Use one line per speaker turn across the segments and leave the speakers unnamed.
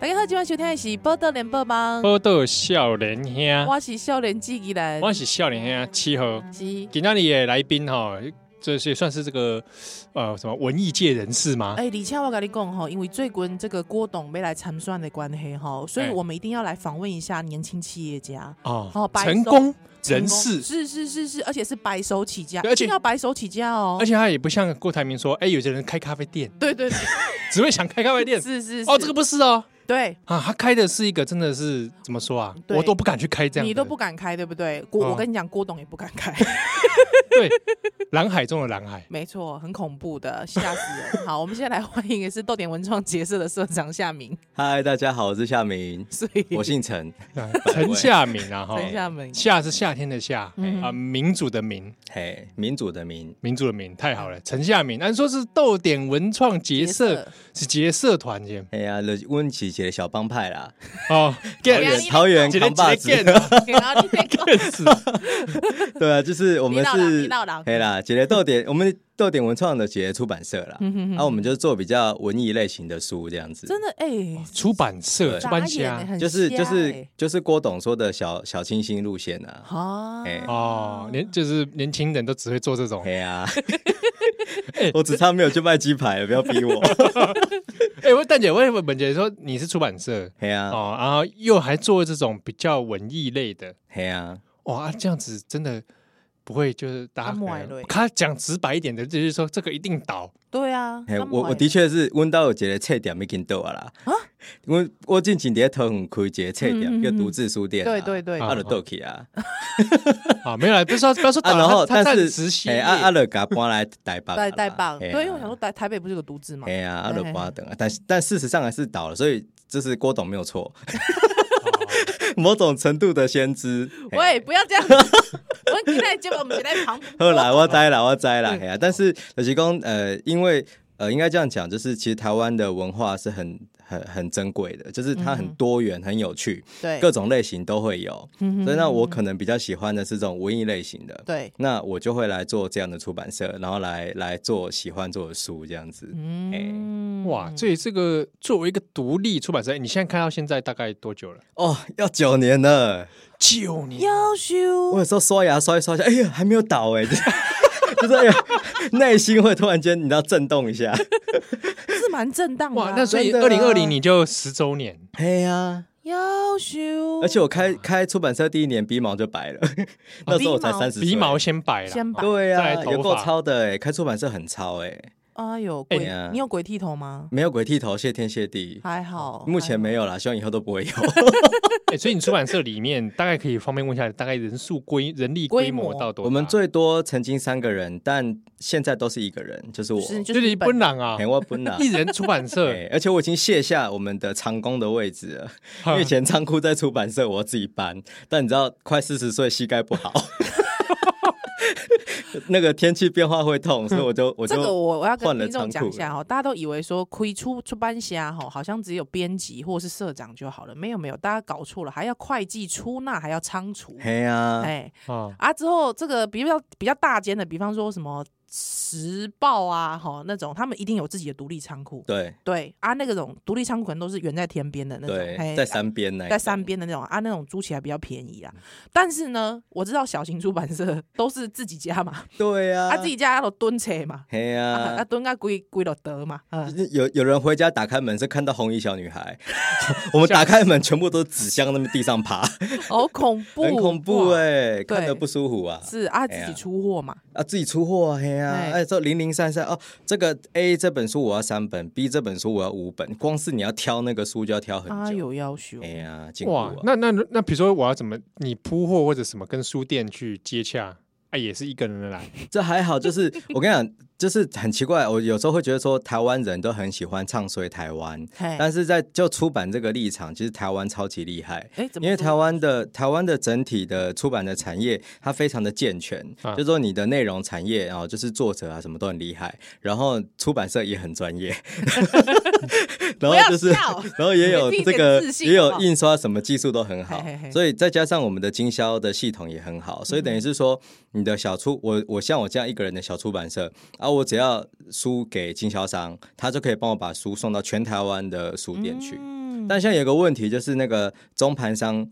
大家好，今晚收听的是《报道联播网》，
报道少年兄，
我是少年记忆人，
啊我是少年兄七号。
是
今天你的来宾哈，这些算是这个呃什么文艺界人士吗？
哎、而且我跟你讲吼，因为最近这个郭董没来参选的关系吼，所以
哎
我们一定要来访问一下年轻企业家，好
哦，
白
成
手
功
成
人
功
士，
是是是是，而且是白手起家，
对而
一
且哎
定要白手起家哦
而。且他也不像郭台铭说，哎，有些人开咖啡店
对对对，
只会想开咖啡 店。
是是是
哦，这个不是哦，
对，
啊，他开的是一个真的是怎么说啊？
对
我都不敢去开这样的，
你都不敢开，对不对？郭，
嗯
我跟你讲，郭董也不敢开，
对，蓝海中的蓝海。
没错，很恐怖的，吓死人。好，我们现在来欢迎也是豆点文创结社的社长夏明，
嗨，大家好，我是 夏明，
所以
我姓陈。
啊陈夏明啊，哈，
陈夏明，
夏是夏天的夏，
嗯
啊，民主的民，
嘿，民主的民，
民主的民，太好了，陈夏明，按啊说是豆点文创结社，是结社团 耶，
哎呀，就是阮是一个小帮派啦，
哦，
桃
呀
园桃园扛把子，
给到你 那个
对啊，就是我们
你
是
闹了，
嘿啦，一个豆点，我们豆点文创的一个出版 社啦，
嗯
啊，我们就做比较文艺类型的书这样子，哦
真的哎，
出版社，
对
出
眨
版
眼欸
社，
很
啊就是就
瞎
是
欸
就是郭董说的小小清新路线 啊，
啊，
哎
哦，年就是年轻人都只会做这种，
嘿呀， 我只差没有去卖鸡排了，不要逼我，
哎，我蛋姐，为什么本姐说你是出版社？
嘿呀，
哦，然后又还做这种比较文艺类的，
嘿呀，
哇，啊这样子真的不会就是大
啊
家
莫
可
爱
能
累
他讲直白一点的，就是说这个一定倒，
对啊，那
嘿，哎我
么
我的确是阮兜有一个册店已经倒啊啦。
啊
啊，我我进前伫咧桃园开一个册
嗯嗯嗯
店，叫独自书店啊。
对对对
啊就倒去啊。
啊，没有啦，不是说不要说倒，
啊，然后
他他
但
暂
是
时歇
嘿
业
啊啊，就甲搬来台北啊啦。
带带棒，
嘿啊
对，因为我想说台台北不是有个独自嘛，
嘿啊，啊就
嘿
搬等啊，但是但事实上还是倒了，所以这是郭董没有错，
哦
某种程度的先知。嘿
喂，不要这样子，我们今天的节目我们今天在旁，
好啦，我知啦，我知啦，哎呀、但是就是讲，呃，因为呃，应该这样讲，就是其实台湾的文化是很很很珍贵的，就是它
嗯
很
哼
多元、很有趣，
对
各种类型都会有。
嗯
所以那我可能比较喜欢的是这种文艺类型的，
对，
那我就会来做这样的出版社，然后来来做喜欢做的书这样子。
嗯，
哇，所以这个作为一个独立出版社，你现在看到现在大概多久了？
哦，要九年了，
哦
九
哎
年，
要
我
修
有时候刷牙刷一刷一下，哎呀，还没有倒哎、 就是就是哎 呀，内心会突然间你知道震动一下。
是蛮震荡的啊，
哇，那所以
真
二
的
零
啊
二零你就十周年，
哎呀、
要修，
而且我开开出版社第一年鼻毛就白了， 那时候我才
哦鼻毛
三十，
鼻毛先白了，
先白
对
再
啊
来，头发
有够超的哎、开出版社很超哎、
哎呦，
哎
鬼
呀，
你有鬼剃头吗？
没有鬼剃头，谢天谢地，
还好，
目前没
有，
有啦，希望以后都不会有。
哎，所以你出版社里面大概可以方便问一下，大概人数规人力规模
规模
到多大？
我们最多曾经三个人，但现在都是一个人，就是我，
是
就是
你
你
本
本朗啊。
嘿，我本来
一人出版社，
对，而且我已经卸下我们的仓工的位置了，因为以前仓库在出版社，我要自己搬。但你知道，快四十岁膝盖不好，那个天气变化会痛，所以我就我
这
就
个我我要
换
跟
了
听众
仓
讲一
库
下
了
哈，大家都以为说亏出出班虾哈，好像只有编辑或是社长就好了，没有没有，大家搞错了，还要会计出纳，还要仓储，
嘿呀，
哎
啊，
啊之后这个比较比较大间的，比方说什么时报啊哈那种，他们一定有自己的独立仓库，
对
对啊那个种独立仓库可能都是远在天边的那种，
对，
嘿
在山边呢，
在山边的那种啊，那种租起来比较便宜啦。但是呢，我知道小型出版社 都是自己家嘛，
对呀，
啊自己家都蹲车嘛，
嘿
啊啊
呀。
蹲个规规落得嘛，嗯
有有人回家打开门是看到红衣小女孩， 我们打开门全部都是纸箱那么地上爬，
好 恐怖，哦
很恐怖
哇
哎、
对
看得不舒服啊。
是啊，
哎
自
呀
己出货嘛，
啊，自己出货啊，嘿呀、
哎
啊，哎，这零零散散哦。这个 A 这本书我要三本，B 这本书我要五本，光是你要挑那个书就要挑很
啊
久。
有要求
哎，呀，辛苦
哇
啊，！
那那那比如说我要怎么你铺货或者什么跟书店去接洽，啊，也是一个人来，
这还好，就是我跟你讲，就是很奇怪，我有时候会觉得说，台湾人都很喜欢唱衰台湾，
哎
但是在就出版这个立场，其实台湾超级厉害，
哎，怎么
因为
说
台湾的台湾的整体的出版的产业，它非常的健全，
啊
就是说你的内容产业啊、哦，就是作者啊什么都很厉害，然后出版社也很 专业，然后就是
不要笑，
然后也有
给自己
这
点
个
自信
也
好不
有
好
印刷什么技术都很好
嘿嘿嘿，嗯
所以再加上我们的经销的系统也很好，所以等于是说你的小出我我像我这样一个人的小出版社啊，我只要书给经销商，他就可以帮我把书送到全台湾的书店去。
嗯，
但现在有个问题，就是那个中盘商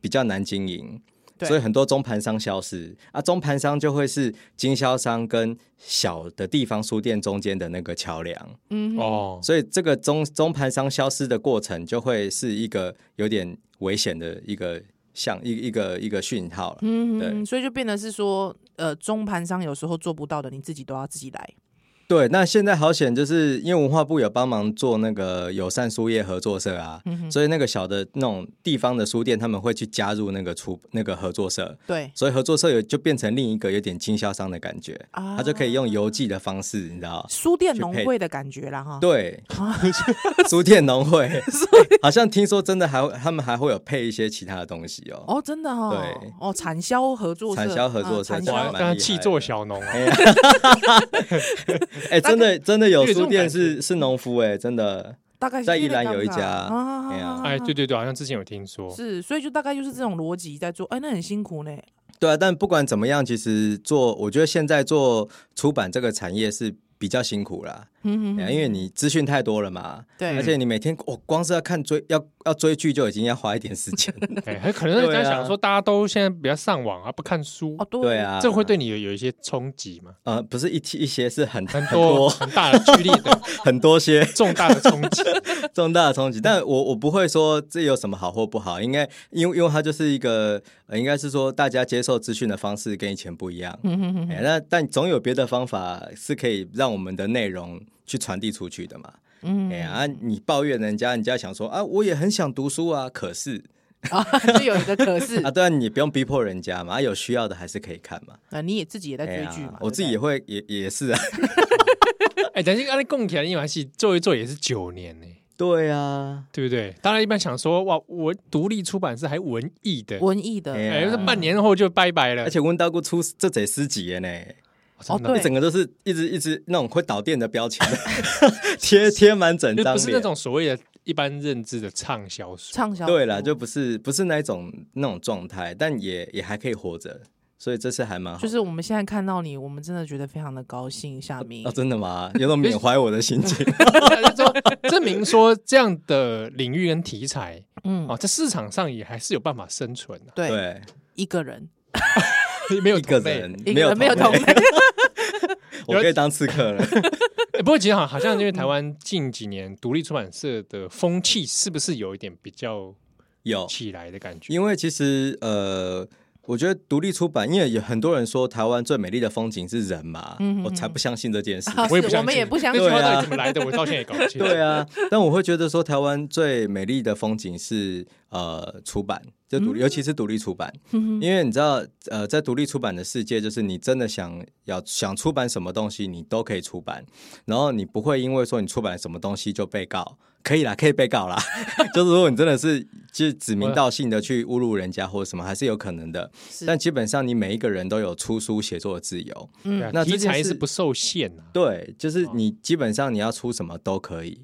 比较难经营，
对
所以很多中盘商消失啊。中盘商就会是经销商跟小的地方书店中间的那个桥梁，
嗯哼，
哦，
所以这个中中盘商消失的过程，就会是一个有点危险的一个像一一个一个讯号了。
嗯
对
哼，所以就变得是说，呃，中盘商有时候做不到的，你自己都要自己来。
对，那现在好险，就是因为文化部有帮忙做那个友善书业合作社啊，
嗯
所以那个小的那种地方的书店，他们会去加入那个出那个合作社，
对
所以合作社有就变成另一个有点经销商的感觉，
啊
他就可以用邮寄的方式，你知道。
书店
哦去
农
配
会的感觉啦，哈。
对，书店农会、好像听说真的还会他们还会有配一些其他的东西哦。
哦，真的哈、哦，
对
哦，产销合作社，
产销合作
嗯
社
产
哇
销，
蛮厉害
但
的
气作小农 啊，
哎、真的真的有
有这种
书店
感
是是农夫哎、真的
大概是
在
这
宜
个
兰
样
有一
子啊
家
啊
哎呀
哎，对对对，好像之前有听说，
是，所以就大概就是这种逻辑在做，哎，那很辛苦呢，
对啊。但不管怎么样，其实做我觉得现在做出版这个产业是比较辛苦啦，
嗯
哎呀因为你资讯太多了嘛，
对
而且你每天我、哦光是要看追要要追剧就已经要花一点时间，
哎，很可能人家
对啊
想说，大家都现在比较上网啊，不看书
哦，，对
对，啊，
这会对你有有一些冲击吗？
呃不是一一些是很
很
很
多
多
很大的剧烈的
很多些
重大的冲击，
重大的冲击，但我我不会说这有什么好或不好，应该因为因为它就是一个，呃、应该是说大家接受资讯的方式跟以前不一样。
嗯哼哼
哎，那但总有别的方法是可以让我们的内容去传递出去的嘛。
嗯
哎呀、啊你抱怨人家，人家想说啊，我也很想读书啊，可是
啊，就有一个可是
啊，，对啊，你不用逼迫人家嘛，啊、有需要的还是可以看嘛。
啊，你也自己也在
哎
追
呀
剧嘛，
我自己也
对不
会也也是啊，
哎，但是按你供起来，一盘戏做一做也是九年呢。
对啊，
对不对？当然，一般想说哇，我独立出版社还文艺
对，
的
文艺的，
哎呀
哎，这半年后就拜拜了。
而且温道姑出这得诗集了呢，
真的
哦对
整个都是一直一直那种会导电的标签， 贴贴满整
就
张
不是那
脸。
种所谓的一般认知的畅销书。
畅销
对
了，
啦，就不是不是那一种那种状态，但也也还可以活着，所以这次还蛮好的。
就是我们现在看到你，我们真的觉得非常的高兴，夏明
哦，，真的吗？有种缅怀我的心情。
证明说这样的领域跟题材
嗯，
哦，在市场上也还是有办法生存的、
对，
对，
一个人，
没有
一个
同类
人
一
没
个
有
人没有
同
同
类，
类，
我可以当刺客了。
哎 不过其实好好像因为台湾近几年独立出版社的风气是不是有一点比较
有，
起来的感觉？
因为其实呃。我觉得独立出版，因为有很多人说台湾最美丽为风景是人嘛，
嗯
我才不相信 这件事。
啊
我
是
也不相信
我们也不相
那
信
句话
对啊
到底怎么来的，我到现在也搞不清楚。
对啊，但我会觉得说，台湾最美丽的风景是呃出版，就独立，尤其是独立出版，因为你知道，呃，在独立出版的世界，就是你真的想要想出版什么东西，你都可以出版，然后你不会因为说你出版了什么东西就被告。可以啦，可以被告啦。 就是如果你真的是就是指名道姓的去侮辱人家或者什么，还是有可能的。
是
但基本上你每一个人都有出书写作的自由。
嗯
对啊
那
题
这件
材是
事
不受限啊。
对，就是你基本上你要出什么都可以。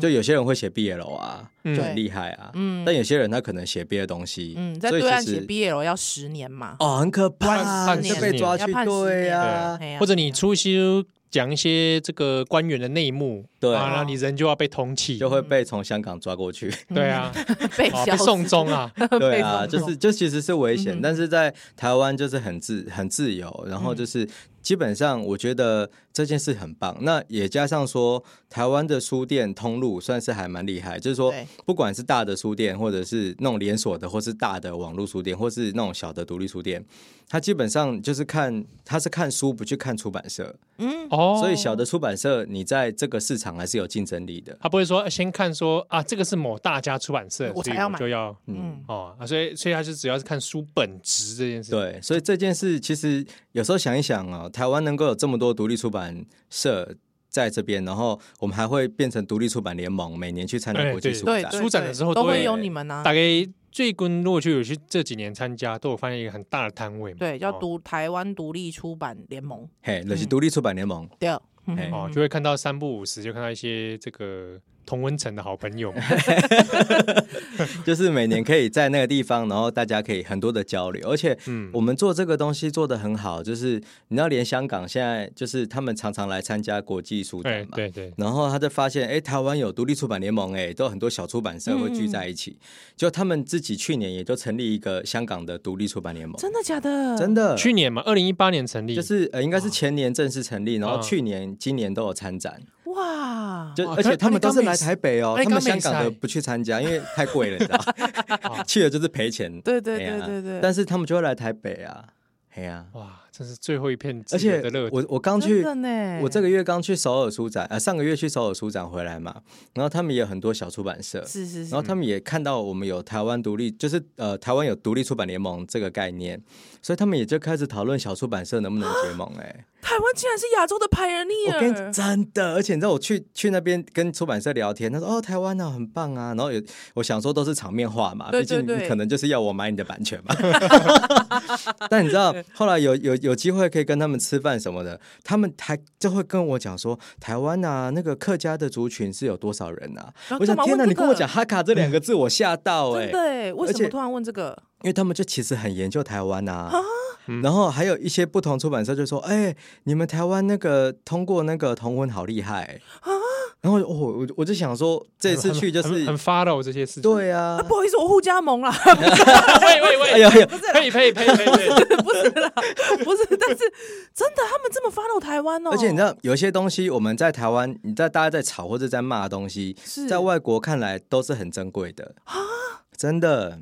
就有些人会写 BL 啊，
嗯
嗯
就
对
很厉害啊，但有些人他可能写别的东西，
嗯，在
所以
对岸
其实
写 BL 要十年嘛，
哦，很可
判
怕，
判
你就
十
被
年
抓
要
去，
判十
对
年
啊，
哎呀
或者你出修讲一些这个官员的内幕，
对
啊，
哦
然后你人就要被通缉，
就会被从香港抓过去，
对啊，
嗯被
啊
消
被嗯送终啊，
对啊，就是就其实是危险，但是在台湾就是很自很自由，然
嗯
后就是基本上我觉得这件事很棒，那也加上说台湾的书店通路算是还蛮厉害，就是说
对
不管是大的书店，或者是那种连锁的，或是大的网络书店，或是那种小的独立书店，它基本上就是看它是看书不去看出版社，
嗯
哦，
所以小的出版社你在这个市场还是有竞争力的。
他不会说先看说啊，这个是某大家出版社，
我
所
才
以
要
我
买
就要
嗯，
哦啊，所以所以他就只要是看书本质这件事，
对，所以这件事其实有时候想一想哦，台湾能够有这么多独立出版社在这边，然后我们还会变成独立出版联盟，每年去参加
哎
国际
对
书
对
展。
对，
书展
对
的时候
都
都
会
会
有你们啊
大，概最近如果去有去这几年参加，都有发现一个很大的摊位嘛，
对，叫
哦
独台湾独立出版联盟，
嘿，那、
嗯
是独立出版联盟。
对，嗯
哎
哦，就会看到三不五时就看到一些这个同温层的好朋 友嘛，
就是每年可以在那个地方，然后大家可以很多的交流，而且
嗯
我们做这个东西做的很好，就是你知道，连香港现在就是他们常常来参加国际书展
哎，
嘛。
对对，
然后他就发现，哎，台湾有独立出版联盟，哎，都有很多小出版社会聚在一起。
嗯
就他们自己去年也就成立一个香港的独立出版联盟，
真的假的？
真的，
去年嘛，二零一八年成立，
呃就是呃，应该是前年正式成立，然后
嗯
去年、今年都有参展。
哇，
就
啊哇
而且
可
他们都是
那
来
你刚
台北哦，
那你
他们
刚
香
没
港的
塞
不去参加，因为太贵了，你知道， 去了就是赔钱。
对对
哎
对
呀
对对
但是他们就会来台北啊，哎呀、
哇，真是最后一片自
而
由
且
的乐土，
我我刚
真
去
的，呢，
我这个月刚去首尔书展，呃，上个月去首尔书展回来嘛，然后他们也有很多小出版社，
是是
然
是
后，他们也看到我们有台湾独立，就是呃台湾有独立出版联盟这个概念，所以他们也就开始讨论小出版社能不能结盟、哎。
台湾竟然是亚洲的 pioneer，
我跟你真的，而且你知道我去去那边跟出版社聊天，他说哦台湾啊很棒啊，然后有我想说都是场面话嘛，
对
毕竟
对
你
对
可能就是要我买你的版权 嘛。 但你知道后来有有有机会可以跟他们吃饭什么的，他们还就会跟我讲说台湾啊那个客家的族群是有多少人啊？
然后
我想
干嘛
天
问
哪，
这
你跟我
个
讲哈卡这两个字，我吓到哎、
真的哎，为
而
什么
且
突然问这个？
因为他们就其实很研究台湾呐、然后还有一些不同出版社就说：“哎、你们台湾那个通过那个同婚好厉害、然后我我我我就想说，这次去就
很很
是
follow 这些事情，
对啊，
不好意思，我互加盟啦，
喂喂喂，
哎呀哎呀，
呸呸呸呸呸，
不是啦， 不是，但是真的，他们这么 follow 台湾哦，
而且你知道，有些东西我们在台湾，你在大家在吵或者在骂的东西，
是
在外国看来都是很珍贵的真的。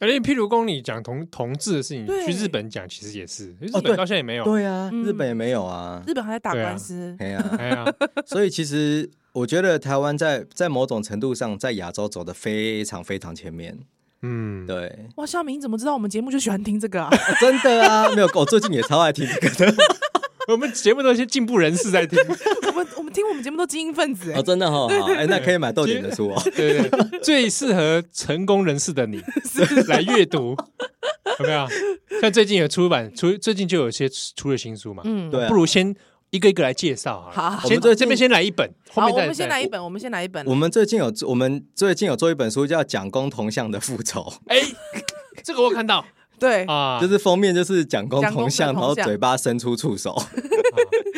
而且譬如说你讲同同志的事情，
对
去日本讲其实也是，日
哦对
本到现在也没有，
对啊，日本也没有啊，
日本还在打
对啊
官司，
哎呀、
哎呀，
所以其实我觉得台湾在在某种程度上，在亚洲走的非常非常前面。
嗯，
对，
哇，夏明你怎么知道我们节目就喜欢听这个 啊？
啊真的啊，没有，我最近也超爱听这个的。
我们节目都有一些进步人士在听，
我们我们听我们节目都精英分子哎
哦，，真的哈、哦，好 哎、那可以买豆点的书哦。
对对对， 最适合成功人士的你来阅读，有没有？像最近有出版，出最近就有些出了新书嘛，
嗯，
对、啊，
不如先一个一个来介绍好了
好
我
先
们最近
这边先来一本，后
好，
面
我
再
们先来一
再
本，我们先来一本，
我们最近有我们最近有做一本书叫《蒋公铜像的复仇
哎，这个我 看到
对，
啊》，
就，是封面就是蒋公
蒋公
铜像，
铜
然后
像
嘴巴伸出触手。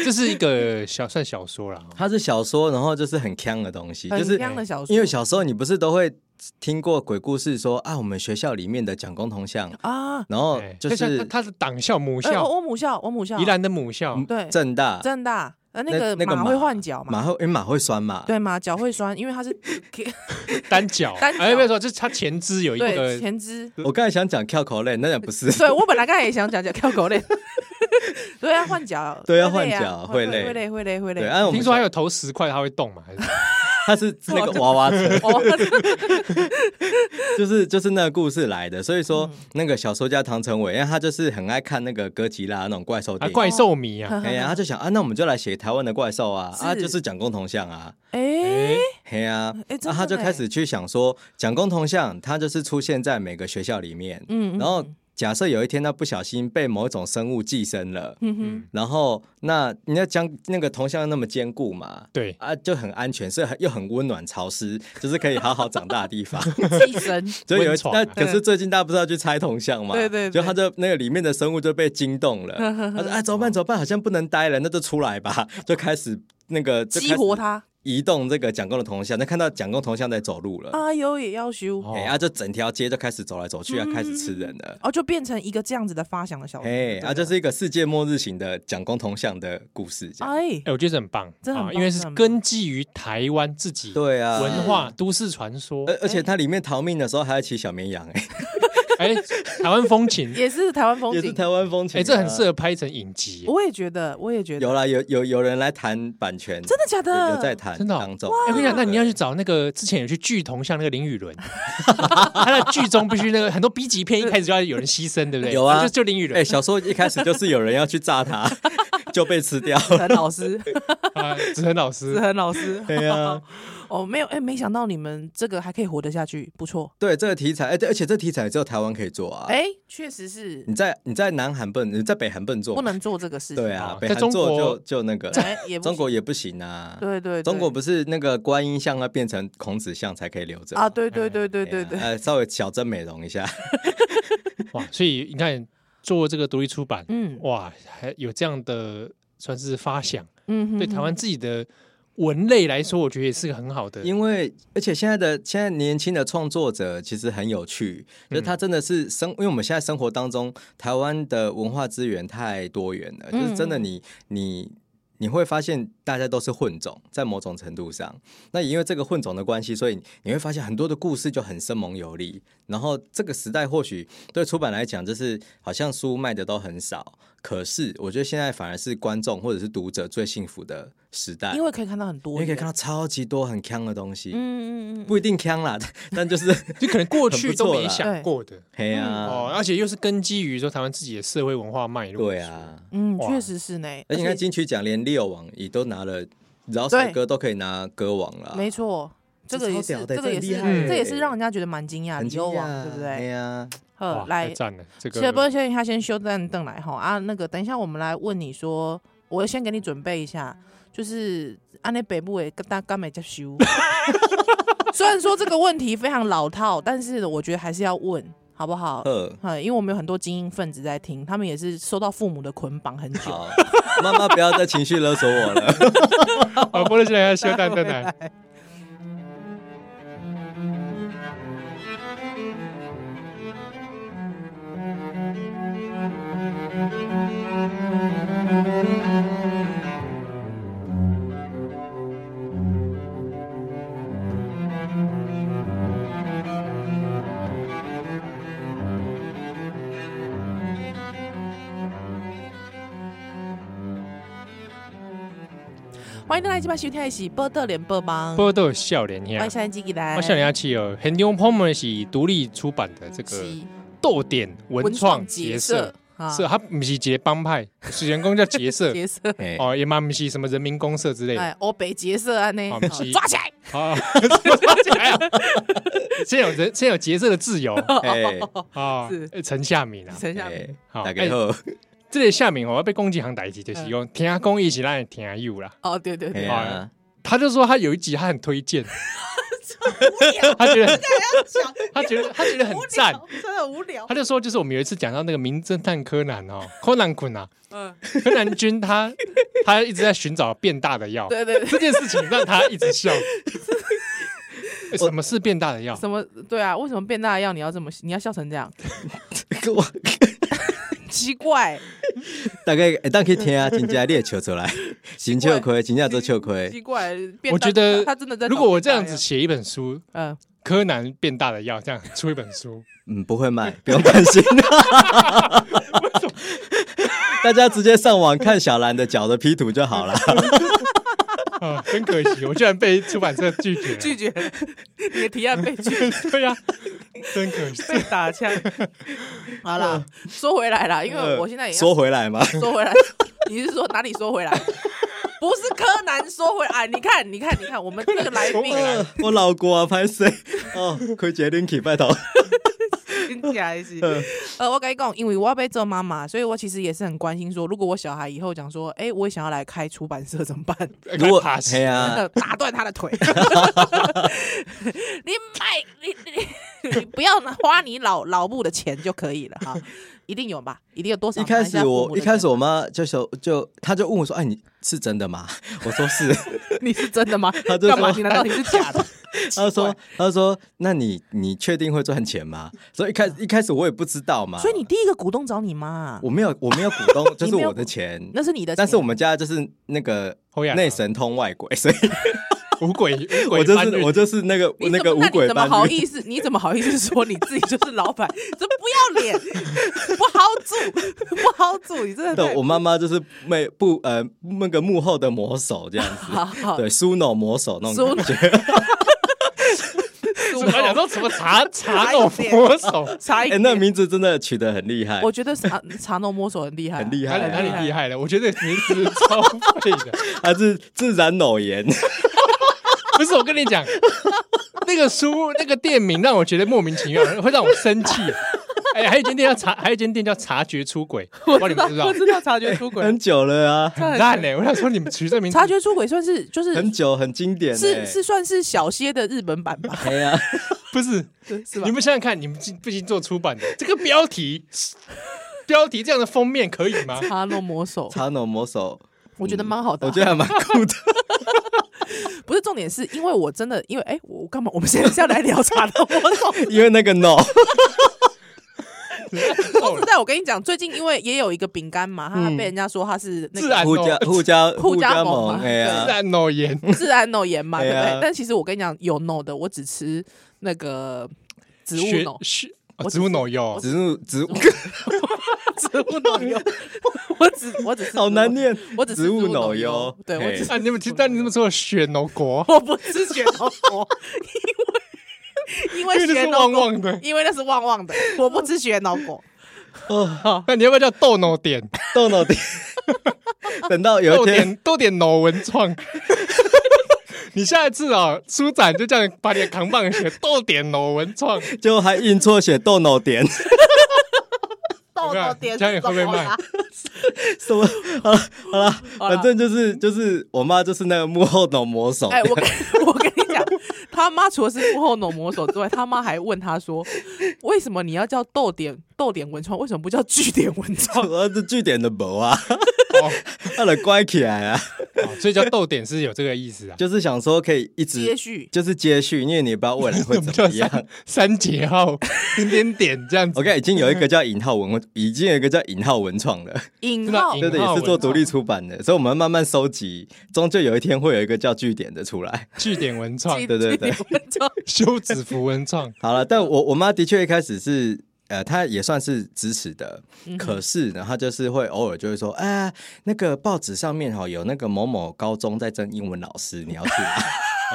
这是一个小算小说啦。
它是小说，然后就是很腔的东西，就
很
是
亮的小说，
因为小时候你不是都会听过鬼故事说啊，我们学校里面的蒋公铜 像，
啊，
然后
哎
就
像
是
它它的党校母
呃
校，
我我嗯母校，我母校
宜，兰的母校，
对，
正大
正大，呃，那
那
个
那个
马
马
会换脚嘛，
马会因为嗯马会酸嘛，
对，马脚会酸，因为它 是
单脚，
单脚
哎，不要说，就是它前肢有一
对
个
前肢。
我刚才想讲跳口类，那也不是。
对我本来刚才也想讲讲跳狗 类，对啊，换脚，
对啊
会累
换脚
会
会累
会累，会累，会
对，啊
累。
按我们
听说还有投十块，它会动嘛？还是
它是那个娃娃车，
哦，
就是就是那个故事来的，所以说、
嗯
那个小说家唐成伟，因为他就是很爱看那个哥吉拉那种怪兽
啊，
电影，
怪兽迷
哦
啊，
哎呀，他就想啊，那我们就来写台湾的怪兽啊，啊，
是
就是蒋公铜像啊，
哎
哎，
嘿呀、啊，
哎真的
啊他就
嘞
开始去想说，蒋公铜像它就是出现在每个学校里面，
嗯嗯
然后假设有一天他不小心被某一种生物寄生了，
嗯哼，
然后那你要将那个铜像那么坚固嘛，
对，
啊，就很安全，所以很又很温暖潮湿，就是可以好好长大的地方。
寄 生，
就有
温
一
床
那
啊
可是最近大家不是要去拆铜像嘛？
对对对
就他就那个里面的生物就被惊动 了，他说：“哎，怎么办？怎么办？好像不能待了，那就出来吧。” 就开始那个就开
激
始
活它，
移动这个蒋公的铜像。那看到蒋公铜像在走路了，
啊，有也要修，
哦
哎，啊，就整条街就开始走来走去，
嗯
啊，开始吃人了。
哦，就变成一个这样子的发想的小说，
哎，啊，就是一个世界末日型的蒋公铜像的故事，这样。
哎，
哎，我觉得这很棒，
真的很
啊
棒
因为
真的
是
很棒嗯
根基于台湾自己
对啊，
文化都市传说
而，而
哎
且它里面逃命的时候还要骑小绵羊，哎，
哎，台湾风 情，
也是台湾风
也是
景，
台湾风情啊。
哎，这很适合拍成影集，
我也觉得，我也觉得，
有啦，有有有人来谈版权，
真的假
有
的？
有在谈
真的哦
当中。
哎我跟你讲，那你要
对
去找那个之前有去剧同像那个林雨伦， 他的剧中必须那个很多 B 级片一开始就要有人牺牲，对不对？
有啊
就就林雨
哎、
伦，
小时候一开始就是有人要去炸他， 就被 吃掉。
子恒老 师，
啊，子恒老
子
师，
恒老师，
对啊，
哦，没有，哎、没想到你们这个还可以活得下去，不错。
对这个题材，哎、对，而且这题材只有台湾可以做啊。
哎、确实是
你在你在南韩笨，你在北韩笨做，
不能做这个事情。
对啊
哦，
北
在
韩
中
做
国
就就那个，
哎，也不
中
行
国也不行啊。
对对对，
中国不是那个观音像要变成孔子像才可以留着
啊，
吗，
对对对对对
哎
对
呀，呃，稍微小真美容一下。
哇！所以你看，做这个独立出版，
嗯
哇，还有这样的算是发想，
嗯，
对
嗯
台湾自己的文类来说，我觉得也是个很好的。
因为而且现在的现在年轻的创作者其实很有趣，就是他真的是生，因为我们现在生活当中台湾的文化资源太多元了，就是真的你你。你会发现大家都是混种，在某种程度上，那也因为这个混种的关系，所以你会发现很多的故事就很生猛有力。然后这个时代或许对出版来讲，就是好像书卖的都很少，可是我觉得现在反而是观众或者是读者最幸福的时代，
因为可以看到很
因
多
为
元，
可以看到超级多很强的东西。
嗯，嗯嗯嗯，
不一定呛啦， 但就是
就可能过
很
去
不错
都
啦
没想过的
嘿
嗯
哦，
呀，
而且又是根基于说台湾自己的社会文化脉络。
对啊，
嗯，
哇
确实是呢。
而且你看金曲奖连六王也都拿了，饶
对
舌歌都可以拿歌王了，
没错，这个也
超
是
屌，的
这个也
啊这
是，
很厉害
这也是让人家觉得蛮惊讶的，
很惊
有网
讶，
对不
嘿
对？
呀，
哇，
呵，
太
呃来，
赞了！这
先 不
个
先他先修正凳来哈啊，那个等一下我们来问你说，我先给你准备一下，就是安内北部诶，大干美在修。 虽然说这个问题非常老套，但是我觉得还是要问，好不好？
呃，
嗯，因为我们有很多精英分子在听，他们也是受到父母的捆绑很久。
好， 妈妈不要再情绪勒索我了。
啊，波多先来修蛋蛋来，
欢迎大家今晚收听的是《波特连波帮》，
波多笑脸
欢
呀
迎，收听吉来，
我笑脸下去哦，很牛朋们是独立出版的这个
是
豆点呃文创结社，
啊，
是它不是结帮派，是人工叫结社
结社，
嘿
哦，也蛮不是什么人民公社之类的。
哎，欧北结社啊，那
哦
好
不是
抓起来，
好，抓起来啊！ 先有人，先有结社的自由
哎，
啊
是！
哎陈夏敏啊，
陈夏明，
哎
好
大家好，
这个夏敏哦，我要被攻击行打击，就是
嗯
用听公益起来听友啦。
哦，对对
嘿
对，
呀，
他就说他有一集他很 推荐，他觉得他觉得他觉得很赞，
真的无聊，
他就说就是我们有一次讲到那个名侦探柯南哦，柯南君 啊，
嗯，
柯南君他他一直在寻找变大的药，
对对，对
这件事情让他一 直笑。哎什么是变大的药？
什么对啊？为什么变大的药你要这么你要笑成这样？
我
奇怪，
大概但可以听啊，真正你也笑出来， 真笑亏，真正做笑
奇
亏，
怪，变大
我觉得
他真的在找
如果我这样
变大的
子
药，
写一本书，
嗯，
柯南变大的药，这样出一 本书，
嗯，不会卖， 不用担心。大家直接上网看小兰的脚的 P 图就好了。
啊，真可惜，我居然被出版社拒绝
拒
了。
绝你的提案被 拒绝。
对呀、真可惜。
被打枪。好啦，说回来啦，因为我现在也要
嗯说回来 嘛，
说回来，你是说哪里说回来？不是柯南说回来，哎你看，你看，你看，我们这个来宾，
呃我老郭啊，拍谁？哦，亏杰林奇拜托。
真假的是，
嗯
呃，我跟你讲，因为我要被做妈妈，所以我其实也是很关心说，如果我小孩以后讲说，哎，我也想要来开出版社怎么办？
如果
怕死
嘿
呃
啊，
打断他的腿， 你买你你你不要拿花你老老母的钱就可以了哈，一定有吧？一定有多少
一
拿下
开
父母的钱？
始我一开始我妈就说就她就问我说，哎，你是真的吗？ 我说 是，
你是真的吗？
他就
干嘛？
说
你难道你是假 的？
她说她说那你你确定会赚钱吗？所以一开一开始我也不知道嘛，
啊所以你第一个股东找你妈、啊，
我没有我没有股 东，就是我的钱。
那是你的钱，
但是我们家就是那个
后亚
内神通外鬼， 所以
无鬼，无鬼
我就
搬
是
运
我就是那个
你怎么
那个
那
五
你
鬼
怎么
搬
好
运。
意思？你怎么好意思说你自己就是老板？这不要脸，不好住，不好住，你真的
对，
太
我妈妈就是幕不呃那个幕后的
哦
魔手这样子，
好好
对，苏诺魔手那种
苏
感觉。
苏乳
我想
头，
说什么茶茶豆佛手，
差一
哎，
点。
那名字真的取得很厉害
我，觉得茶茶农摸手很厉害啊，
很厉
哪里
害
哪
啊，
里厉害了？我觉得名字超 废的。
它是自然脑炎，
不是，我跟你讲，那个书那个店名让我觉得莫名其妙，会让我生气。哎，还有一间店叫茶，还有一间店叫察觉出轨，我你们知不知
不？
道
知道察觉出轨，
很久了啊，
很
很烂欸呢。我想说你们取这名字
察觉出轨算是就是
很久，很经典，欸
是是，算是小歇的日本 版吧，
哎呀，
不是？
是吧
你？们想想看，你们毕毕竟做出版的，这个标题标题这样的封面可以吗？
茶农摸手，
茶脑魔手，嗯
我觉得蛮好的啊。
我觉得还蛮酷的，
不是重点，是因为我真的因为哎，我我干嘛？我们现在是要来聊茶农摸手。
因为那个脑，
够了
但我跟你讲，最近因为也有一个饼干嘛，
嗯
它被人家说它是那
自
个
然
互加互加
互加
加
盟嘛
盟，哎
自
呀，
然脑炎，
自然脑炎嘛，
哎
对
呀
不对？但其实我跟你讲，有 no 的，我只吃那个植物
学
no，
学
我
哦
只
植物脑药，
植物 植物
植 物脑油，我只我只吃
好难，念，
我只吃
植物
脑
脑油
对我
嘿
只
啊！你们知道你怎么说血脑国？
我不吃血脑油，因为 因
因为
为
那
血
是
脑
旺
果，
旺的，
因为那是旺旺的，我不吃血脑果。
哦
那你要不要叫豆脑点？
豆脑的。 等到有
豆
一天，
点豆点脑文创。你下一次啊，书展就这样把你的扛棒写豆点脑文创，
就还印错写豆脑点，
豆豆点
家里会不会卖
是什么啦
什么？好了好了，
好啦
反正就是就是我妈就是那个幕后脑魔手，
哎，我跟 我跟你讲，他妈除了是幕后脑魔手之外，他妈还问他说，为什么你要叫豆点豆点文创，为什么不叫据点文创？
我这据点的谋啊，
哦
他的关起来啊，
哦所以叫豆点是有这个意 思啊。
就是想说可以一
接
直
续
就是接续，因为你不知道未来 会
什么
怎
叫
么样
三。三节号点点点这 样子？
OK，已经有一个叫引号文，已经有一个叫引号文创了，
引
知道
号
啊引
对对，也是
文
做
创
独立出版的，所以我们慢慢收集，终究有一天会有一个叫据点的出来。
据点文创
据、
对啊对对
据点文 创
休止符文创，
好了，但我我妈的确一开始是。呃，她也算是支持的，
嗯
可是呢，她就是会偶尔就会说，哎、那个报纸上面哈、有那个某某高中在争英文老师，你要去吗？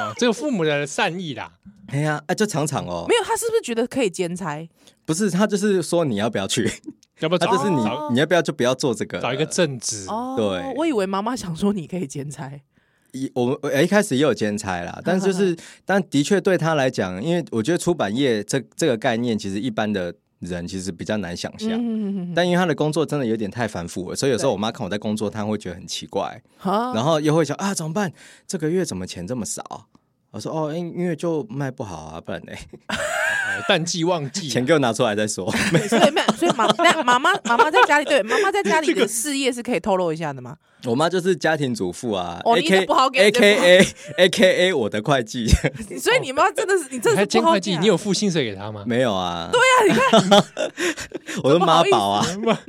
啊，这个父母的善意啦，
哎呀，啊，就常常哦
没，有，他是不是觉得可以兼差？
不是，她就是说你要不要去，
要不要
她
找
就是你
找
你要不要就不要做这个，
哦找一个正职？
哦，
对
我以为妈妈想说你可以兼差，
一我们呃一开始也有兼 差啦，但就是但的确对他来讲，因为我觉得出版业这这个概念，其实一般的人其实比较难想象。
嗯，
但因为他的工作真的有点太繁复了，所以有时候
对
我妈看我在工作，她会觉得很奇怪，
然
然后又会想啊怎么办？这个月怎么钱这么少？我说哦，因因为就卖不好啊，不然呢，
哎淡季旺季啊，
钱给我拿出来 再说。
所以没有，所以妈那妈妈妈妈在家里， 对妈妈在家里的事业是可以透露一下的吗？
我妈就是家庭主妇啊
哦
，A
你一
K
个不好给
A K A A K A 我的会计
所以你妈真的是你真的
你还
是
兼
不好啊
会计，
讲
你有付薪水给他吗？
没有啊？对啊， 你看我的妈宝啊，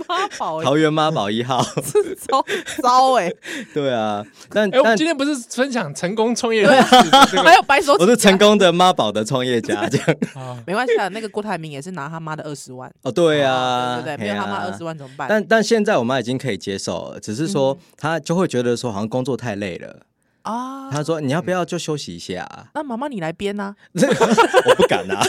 妈 宝欸
桃园妈宝一号。
真糟糟哎，
对啊，但
哎，我
但
们今天不是分享成功创业的
啊
故事这
还
个
有白手
我
指
是成功的妈宝的创业家， 这样
啊？
没关系啊，那个郭台铭也是拿他妈的二十万，
哦，对
对
啊，
不对？没
嘿
有
啊
他妈二十。万怎么办？
但但现在我妈已经可以接受了，只是
嗯
说她就会觉得说好像工作太累了。
啊，
她说你要不要就休息一下啊？
那妈妈你来编啊，
我不敢啊。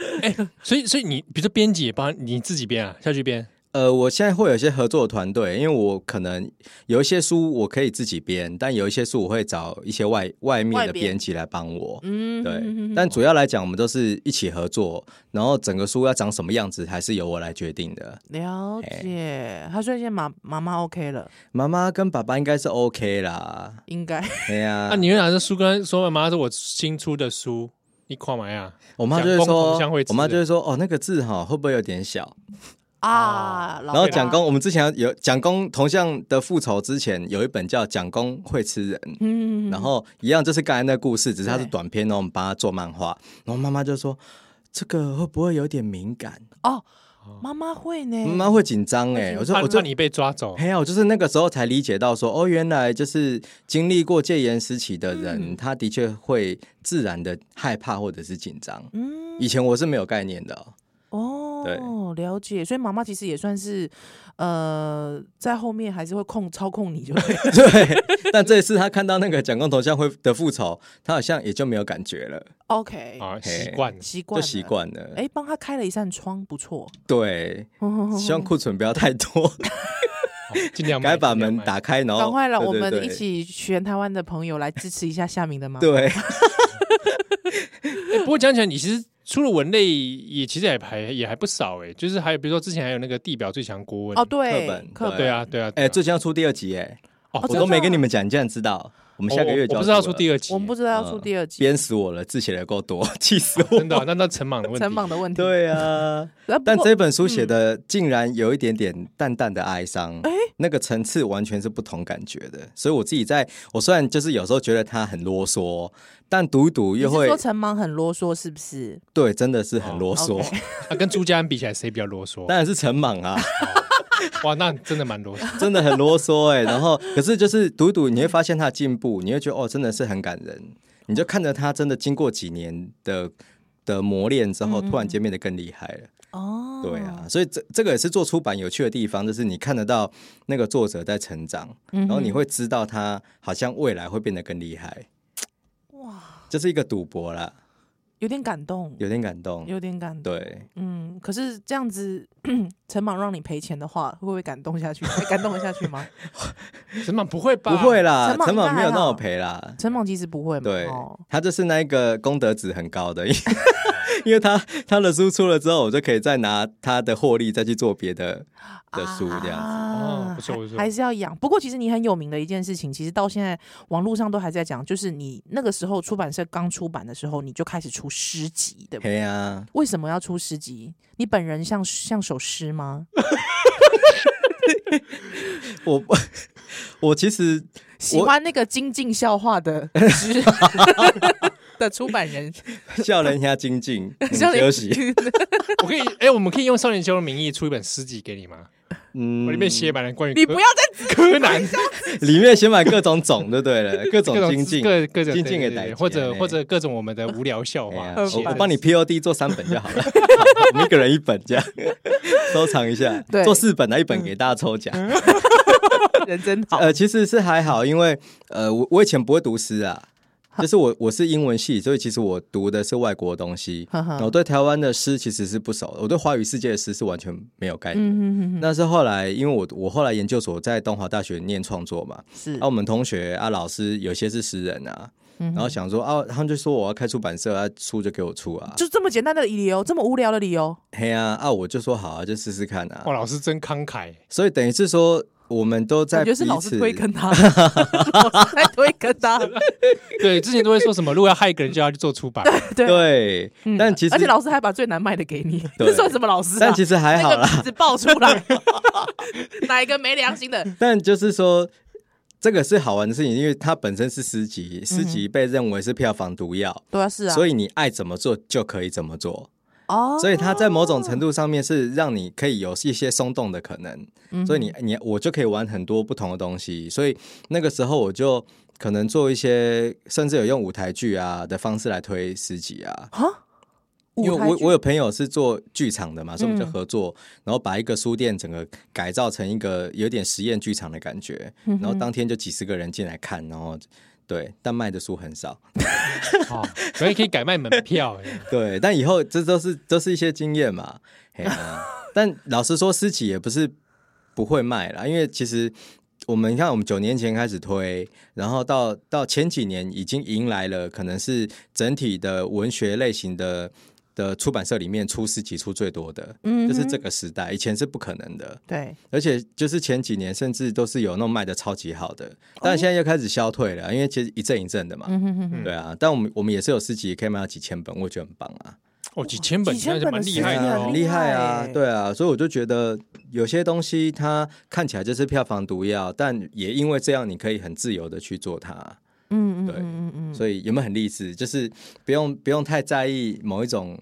所以所以你比如说编辑也帮你自己编啊，下去编
呃，我现在会有一些合作的团队，因为我可能有一些书我可以自己编，但有一些书我会找一些外外面
外
的
编
编辑来帮我。
嗯，
对，但主要来讲，我们都是一起合作，然后整个书要长什么样子，还是由我来决定的。
了解。他说现在妈妈妈 OK 了，
妈妈跟爸爸应该是 OK 啦，
应该
哎呀、
那你会拿着书跟他说：“妈妈，这是我新出的书，你看嘛呀
我妈就会
蒋公同
说
乡会，吃
我妈就会说，哦，那个字哈会不会有点小？
啊，
然
然
哦然后蒋公，我们之前有蒋公同向的复仇之前有一本叫《蒋公会吃人》，
嗯，
然后一样就是刚才那故事，只是它是
对
短篇，然后我们帮他做漫画，然后妈妈就说。这个会不会有点敏感？
哦，妈妈会呢，
妈妈会紧张哎、
嗯会
我！”说，
怕
我
怕
就
你被抓走
哎，呀，我就是那个时候才理解到说，哦，原来就是经历过戒严时期的人，
嗯
他的确会自然的害怕或者是紧张。
嗯，
以前我是没有概念的哦、
哦，哦，了解。所以妈妈其实也算是，呃，在后面还是会控操控你就 对了。
对，但这一次他看到那个蒋公头像会的复仇，他好像也就没有感觉了，
OK，
啊，习 惯了
习惯
就
了
习。惯了。
哎，帮他开了一扇窗，不错。嗯
对，
哦
希望库存不要太多，
哦尽量卖
赶快把
尽量
门
卖
打开，然后
赶快让
对
我
对
们
对
一起全台湾的朋友来支持一下夏明的 妈妈。
对，
欸不过讲起来，你其实除了文类，也其实也还也还不少哎、就是还有比如说之前还有那个地表最强国文
哦，，对，
课本
课
对啊对啊，
哎，
这
最近要出第二集哎，
哦
哦
我
真
都
的
没跟
啊
你们讲，你竟然知道，我们下个月就
我不知道出
二，
第二集欸，
我们不知道要出
嗯
第二集。
鞭死我了，字写的够多， 气死我。
真的哦啊那那陈莽的问题，
陈莽的问题，
对啊，
呃不
但
过
这本
嗯
书写的竟然有一点点淡淡的哀伤，那个层次完全是不同感觉的。所以我自己在，我虽然就是有时候觉得他很啰嗦，但读一读
你
又
是
会
说陈莽很啰嗦是不是？
对，真的是
哦
很啰嗦。
OK
啊跟朱家安比起来，谁比较啰嗦？
当然是陈莽啊，
哇，那真的蛮啰嗦。
真的很啰嗦哎、然后可是就是读一读，你会发现他的进步，你会觉得哦，真的是很感人。你就看着他真的经过几年的的磨练之后，突然间变得更厉害了。
哦，
对啊，所以这这个也是做出版有趣的地方，就是你看得到那个作者在成长，
嗯
然后你会知道他好像未来会变得更厉害。哇，这是一个赌博啦，
有点感动，
有点感动。
有点感动。
对，
嗯，可是这样子，陈莽让你赔钱的话，会不会感动下去？会感动得下去吗？
陈莽不会吧？
不会啊啦
陈，莽
陈
应
莽
该
没有
还好
让我赔啦。
陈莽其实不会嘛。
对
哦，
他就是那一个功德值很高的，因为 因为他他的书出了之后，我就可以再拿他的获利再去做别的的书这样子。
啊
哦不错不错
还还是要养。不过其实你很有名的一件事情，其实到现在网络上都还在讲，就是你那个时候出版社刚出版的时候，你就开始出诗集，对不对？
嘿啊，
为什么要出诗集？你本人像像首诗 吗？
我 我其实
喜欢那个精进笑话的 诗 的出版人，
笑人家精进，你
像你
嗯休息。
我可以 哎、我们可以用少年修的名义出一本诗集给你吗？
嗯
我里面写满了关 于
你
柯
不要再
柯南
里面写满各种种，就对了，各种精进，
各各种
精进
对
给
对
逮
对
起
或者
来
或者各种我们的无聊笑
哎呀
话，
我
写
我
成
帮你 POD 做三本就好了， 我们一个人一本这样，收藏一下
对，
做四本啊，一本给大家抽奖。
人真好。
呃，其实是还好，因为呃，我我以前不会读诗啊。就是我，我是英文系，所以其实我读的是外国的东西。
呵呵
我对台湾的诗其实是不熟的，我对华语世界的诗是完全没有概
嗯
念。
哼哼哼，
那是后来，因为我我后来研究所在东华大学念创作嘛，
是
啊，我们同学啊，老师有些是诗人啊，
嗯
然后想说啊，他们就说我要开出版社啊，书就给我出啊，
就这么简单的理由，这么无聊的理由，
嘿啊啊，我就说好啊，就试试看啊
哇，。老师真慷慨，
所以等于是说，我们都在
感觉
彼
是
此
老师推坑他， 老师在推坑他，
对，之前都会说什么，如果要害一个人，就要去做出 版，
对。
对，
嗯
但其实
而且老师还把最难卖的给你，
对
这算什么老师、啊？
但其实还好
那个
啦，
名字爆出来，哪一个没良心 的？
但就是说。这个是好玩的事情，因为它本身是诗集，诗集被认为是票房毒药，
对啊，嗯是啊，
所
以
以你爱怎么做就可以怎么做。
哦，
所以它在某种程度上面是让你可以有一些松动的可能，
嗯
所以你你我就可以玩很多不同的东西，所以那个时候我就可能做一些，甚至有用舞台剧啊的方式来推诗集啊。
啊，
因为
舞台
我
剧
我有朋友是做剧场的嘛，所以我们
嗯
就合作，然后把一个书店整个改造成一个有点实验剧场的感觉，
嗯
然后当天就几十个人进来看，然后对，但卖的书很少，
哦，所以可以改卖门票，哎
对，但以后这都是都是一些经验嘛。嘿啊但老实说，私企也不是不会卖啦，因为其实我们你看，我们九年前开始推，然后到到前几年已经迎来了可能是整体的文学类型的。的出版社里面出诗集出最多的，
嗯哼
就是这个时代，以前是不可能的，
对，
而且就是前几年甚至都是有那种卖的超级好的，但现在又开始消退了，因为其实一阵一阵的嘛，
哦嗯哼哼哼，
对啊，但我们我们也是有诗集可以卖到几千本，我觉得很棒啊。
哦，几千本，
几千
那就蛮厉害
本的诗
的
集
啊
很
哦
厉。
厉害啊
害，
对啊，所以我就觉得有些东西它看起来就是票房毒药，但也因为这样，你可以很自由的去做它。
嗯嗯
对
嗯嗯
所以有没有很励志？就是不用不用太在意某一种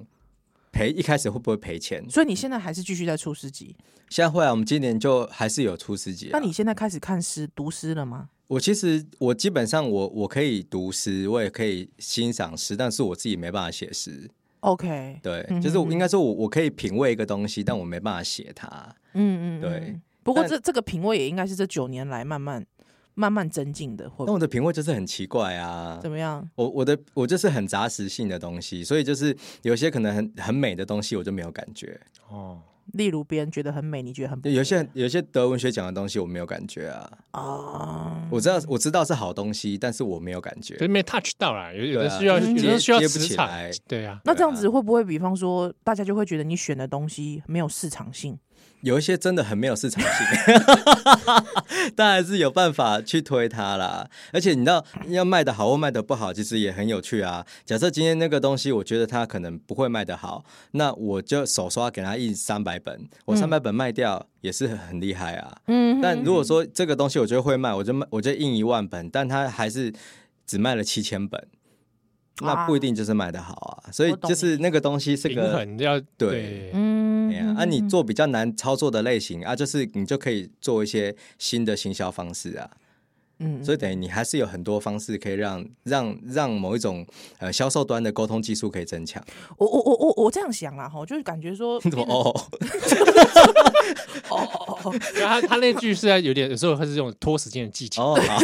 赔，一开始会不会赔钱
嗯，？所以你现在还是继续在出诗集？
现在会啊，我们今年就还是有出诗集、啊。
那你现在开始看诗、读诗了吗？
我其实我基本上我我可以读诗，我也可以欣赏诗，但是我自己没办法写诗。
OK，
对，
嗯
就是我
哼
应该说我我可以品味一个东西，但我没办法写它。
嗯嗯，
对
嗯。不过
但
这这个品味也应该是这九年来慢慢慢慢增进的，会
那
不
我
会
的品味就是很奇怪啊。
怎么样？
我我的我就是很杂食性的东西，所以就是有些可能很很美的东西我就没有感觉，
哦，
例如别人觉得很美，你觉得很不
有些有些德文学奖的东西我没有感觉啊。
啊，
我知道我知道是好东西，但是我没有感觉
可是。没 touch 到啦，有有
对
的
啊
需要，
嗯
有的需要
接接不
磁
起
场
来，
对啊，
那这样子会不会，比方说，大家就会觉得你选的东西没有市场性？
有一些真的很没有市场性， 当然是有办法去推它啦。而且你知道要卖的好或卖的不好，其实也很有趣啊。假设今天那个东西，我觉得它可能不会卖的好，那我就手刷给它印三百本，我三百本卖掉也是很厉害啊。
嗯
但如果说这个东西我觉得会卖，我就卖我就印一万本，但它还是只卖了七千本，那不一定就是卖的好啊。所以
我懂
就是那个东西是
平
个。
衡要
对
对，
嗯
哎呀，啊，你做比较难操作的类型啊，就是你就可以做一些新的行销方式啊，
嗯
所以等于你还是有很多方式可以让让让某一种呃销售端的沟通技术可以增强。
我我我我我这样想啦，哈，就是感觉说
怎么 哦？
然后他他那句是在有点有时候他是这种拖时间的技巧，
哦，好，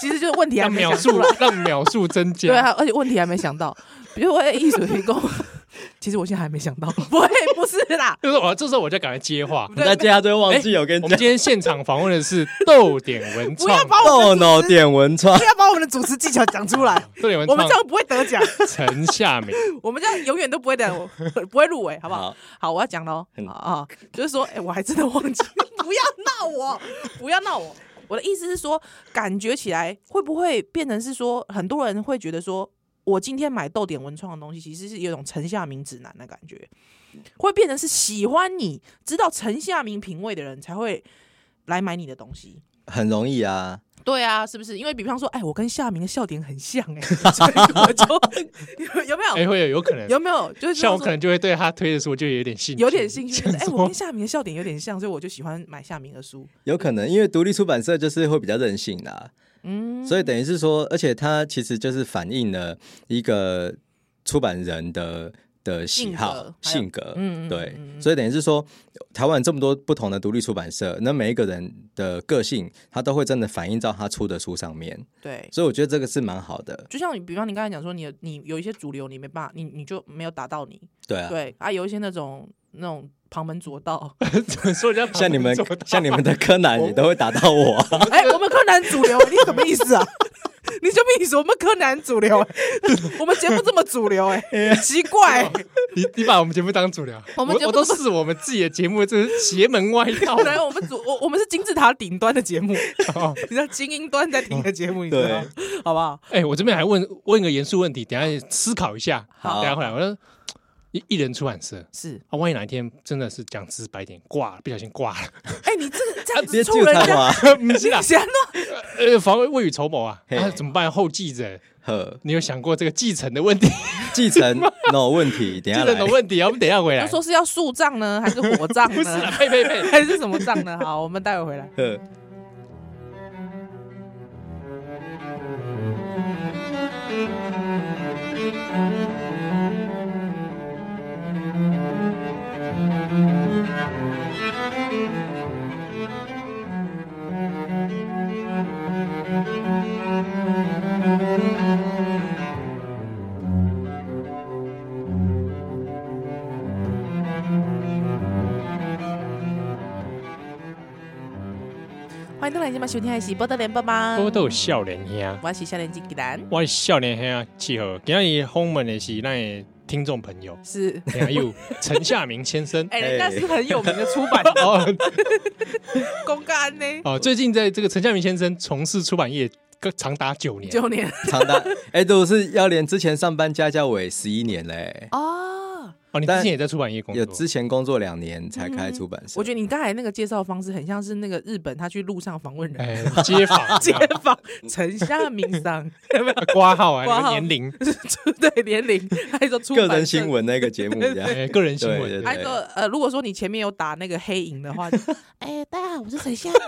其实就是问题还
让
没
秒
想
数
出来，
让秒数增 加，
对啊，而且问题还没想到，比如我哎在艺术提 供，其实我现在还没想到，不会不是啦，
就是我这时候我就赶快接 话。哎
大家都会忘
哎
记我跟
我
你
们
讲
今天现场访问的是豆点文
不要
创，
把我
豆
们的
脑
主持，
点文创
不，要把我们的主持技巧讲出 来，
豆点文
我们
创
这样不会得奖，
陈夏 明，
我们这样永远都不会得，不会入围，好不好？
好，
好，我要讲喽
嗯
啊啊，就是说，哎、我还真的忘 记，不要闹我，不要闹我。我的意思是说，感觉起来会不会变成是说，很多人会觉得说，我今天买豆点文创的东西，其实是有一种陈夏明指南的感觉，会变成是喜欢你、知道陈夏明品味的人才会来买你的东西。
很容易啊。
对啊，是不是？因为比方说，哎、我跟夏明的笑点很像、 哎，所以我就 有有没有、
哎，会有可能，
有没有？就是
像我
说
可能就会对他推的书就有点兴趣，
有点兴趣，就是哎、
想
我
说
跟夏明的笑点有点像，所以我就喜欢买夏明的书。
有可能，因为独立出版社就是会比较任性啦，
嗯，
所以等于是说，而且它其实就是反映了一个出版人的的喜好、
性
性格，
嗯嗯
对
嗯嗯，
所以等于是说，台湾这么多不同的独立出版社，那每一个人的个性，他都会真的反映到他出的书上面，
对，
所以我觉得这个是蛮好的，
就像你，比方你刚才讲说你，你有一些主流你没办法，你你就没有打到你，
对啊，
对啊，有一些那种那种旁门左道，
说人家
像你们
旁边坐
像你们的柯南也都会打到我啊，
哎、我们柯南主流，你什么意思啊？ 你什么意思？我们柯南主流、 我们节目这么主流、哎，奇怪、
你你把我们节目当主流，
我们节目
我都是我们自己的节目，这是邪门歪 道
可。能我们主我我们是金字塔顶端的节目，
哦
你知道精英端在听的节目，你知道吗？好不好？
哎，我这边还问问个严肃问题，等一下思考一下，等
好
一下回来。我说一一人出版社
是，
啊，万一哪一天真的是讲直白一点挂了，不小心挂了，
哎、你这个这样子
别
触
救
人
他
家，
嘛，
不是啦
你，想到
呃，防未雨绸缪啊，
嘿
那怎么办？后继者，
呵，
你有想过这个继承的问题？
继承 no 问题， 等
继
一下
承
来
的，问题啊，我们等一下回来
就。说是要树葬呢，还是火 葬
不 是啦，
呢，
啊
呸呸呸！
还是什么葬呢？好，我们待会回来。
呵，
欢迎登来今晚收听的是《波多连帮忙
都》，都有笑脸呀。
我是少年金吉兰，
我是少年兄啊，契合。今日访问的是咱的听众朋友，
是。
还有陈夏明先生
哎，人家是很有名的出 版
哦
公干呢，
哦，最近在这个陈夏明先生从事出版业各长达九年，
九年
长达， 哎，都是要连之前上班加加尾十一年嘞、
哦。
哦，你之
但
前也在出版业工
有
作，
之前工作两年才开出版社，
嗯我觉得你刚才那个介绍方式很像是那个日本他去路上访问人，
哎，街访
街访陈夏明桑，有没有？
挂号啊，
挂
那
号
个年龄，
对，年龄，还有说出
个
版
人
社
新。闻那个节目这样，
哎，个人新
对
闻
对。
还有说，呃，如果说你前面有打那个黑影的 话，就哎，大家好，我是陈夏明，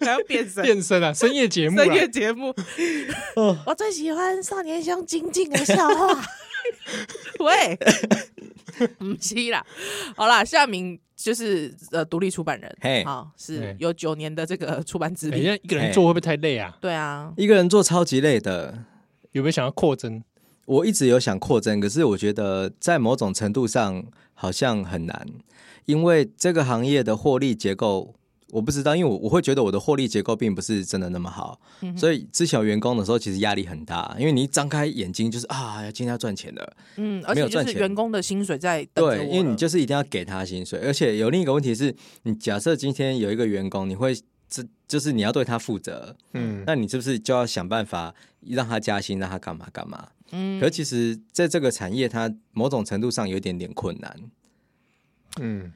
还要变身，
变身啊，深夜节目啊
哦
深，夜节目，我最喜欢少年兄精进的笑话。喂，唔是啦，好啦，夏明就是呃独立出版人，
嘿哎
好是
嘿
有九年的这个出版资
等一
历，
哎下一个人做会不会太累啊？
对啊，
一个人做超级累的。
有没有想要扩增？
我一直有想扩增，可是我觉得在某种程度上好像很难，因为这个行业的获利结构我不知道，因为我我会觉得我的获利结构并不是真的那么好，
嗯
所以之前有员工的时候其实压力很大，因为你一张开眼睛就是啊，今天要赚钱的，
嗯，而
没
且
有
就
赚
是
钱
员工的薪水在等着
对，
我
因为你
了
就是一定要给他薪水，而且有另一个问题是，你假设今天有一个员工，你会这就是你要对他负责，
嗯，
那你是不是就要想办法让他加薪，让他干嘛干嘛？
嗯
可其实在这个产业，它某种程度上有一点点困 难。
嗯，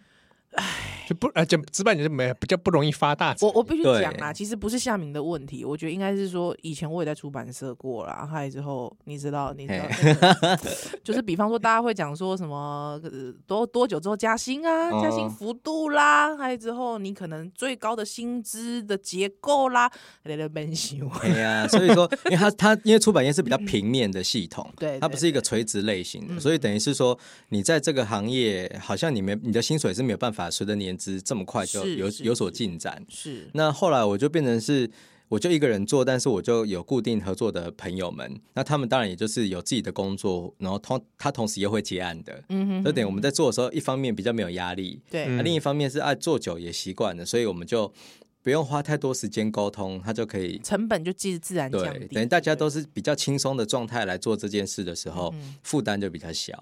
就不啊，讲直白点就没比较不容易发大财。
我我必须
对
讲啦，其实不是夏明的问题，我觉得应该是说以前我也在出版社过啦，还有之后你知道，你知道那个， 就是比方说大家会讲说什么、呃多多久之后加薪啊，加薪
哦
幅度啦，还有之后你可能最高的薪资的结构啦，来来分析我。
哎呀，所以说，因为它它因为出版业是比较平面的系统，
对嗯
它不是一个垂直类型的，所以等于是说，你在这个行业，好像你没你的薪水是没有办法随着年资这么快就是有
是
有所
是
进展。
是，
那后来我就变成是，我就一个人做，但是我就有固定合作的朋友们，那他们当然也就是有自己的工作，然后同他同时又会接案的，
嗯哼
这点我们在做的时候，一方面比较没有压力，
对，
那、
嗯
另一方面是爱啊做久也习惯了，所以我们就不用花太多时间沟通，他就可以。
成本就自自然降
对
低，，
等于大家都是比较轻松的状态来做这件事的时候，负担就比较小。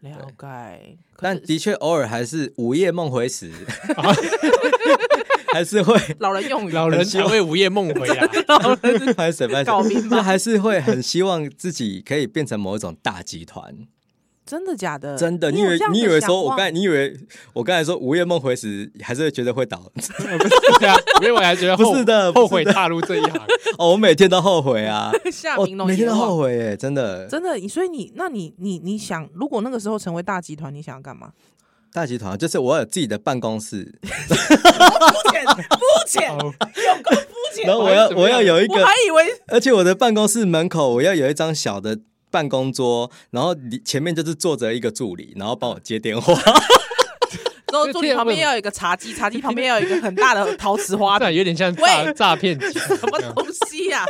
了解。嗯可
但
是
的确，偶尔还是午夜梦回时，还是会
老人用语，
老人才会午夜梦回啊，
拍谁拍
搞明
谁，就还是会很希望自己可以变成某一种大集团。
真的假的？
真的，你以
呃有
为
这样
你以
的
为
想
说我
望
刚才你以为我刚才说午夜梦回时，还是会觉得会倒？
对啊，因为我还觉得后
不是的不是
后悔踏入这一 行。
哦，我每天都后悔啊，
夏
我
明龙
每
也
天都
忘
后悔耶，真的。
真的，所以你，那你，你，你想，如果那个时候成为大集团，你想要干嘛？
大集团就是我有自己的办 公室，
肤浅，肤浅，
哦
肤浅
然后我要
怎么
我
样
要有一
我
个
还，以为
而且我的办公室门口我要有一张小的。办公桌，然后里前面就是坐着一个助理，然后帮我接电话。
然后助理旁边要有一个茶几，茶几旁边要有一个很大的陶瓷花
这
瓶，
啊有点像诈
喂
诈骗集团
什么东西 呀、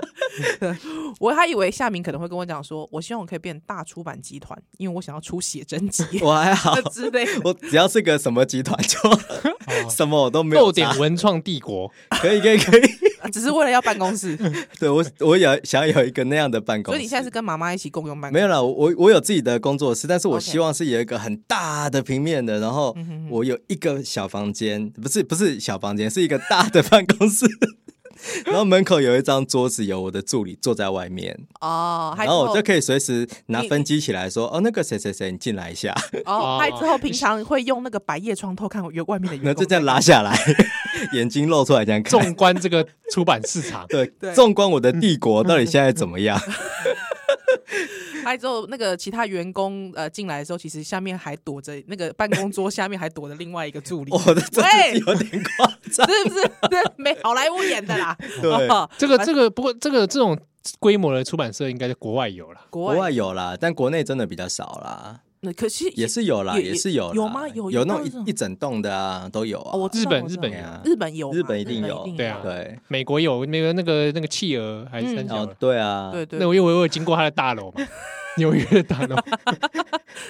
我还以为夏明可能会跟我讲说，我希望我可以变大出版集团，因为我想要出写真 集
我还 好，
之类的。
我只要是个什么集团就
哦
什么我都 没有
逗点
差
文创帝国，
可以可以可以。
只是为了要办公室，
对我，我有想要有一个那样的办公
所
室。
以你现在是跟妈妈一起共用办公
没
室。
有啦，我我有自己的工作室，但是我
OK 嗯
希望是有一个很大的平面的，然后我有一个小房间，不是不是小房间，是一个大的办 公室。然后门口有一张桌子，有我的助理坐在外面，
哦，还
然后我
之
就可以随时拿
你
分机起来说：“哦，那个谁谁谁，你进来 一下。
哦，
啊
哦
还之后平常会用那个百叶窗偷看我外面的”员
然
工
后就这样拉下来，眼睛露出来这样看。，
纵观这个出版市场
对
对，嗯
纵观我的帝国到底现在怎么样？
还之后，那个其他员工呃进来的时候，其实下面还躲着那个办公桌下面还躲着另外一个助理，
我的真的是有点夸张。
是 不是？对，没好莱坞演的啦。 哦
这
对，
个这个不过这个这种规模的出版社应该在国外有了。
国
国外
外
有啦，但国内真的比较少啦。
那可惜
也是有啦，
也
也是有啦
有吗有
有
有
那
到
种
这种
一一整栋的啊，都有
哦，
啊。
我知道
日本
我知道
日本
有啊
日本有嘛，
日本一定有
对啊
对，
美国有那个那个那个企鹅还是
嗯
三角
哦
的，，
对啊，
对对，
那我因为我有经过他的大楼 嘛，纽约的大楼，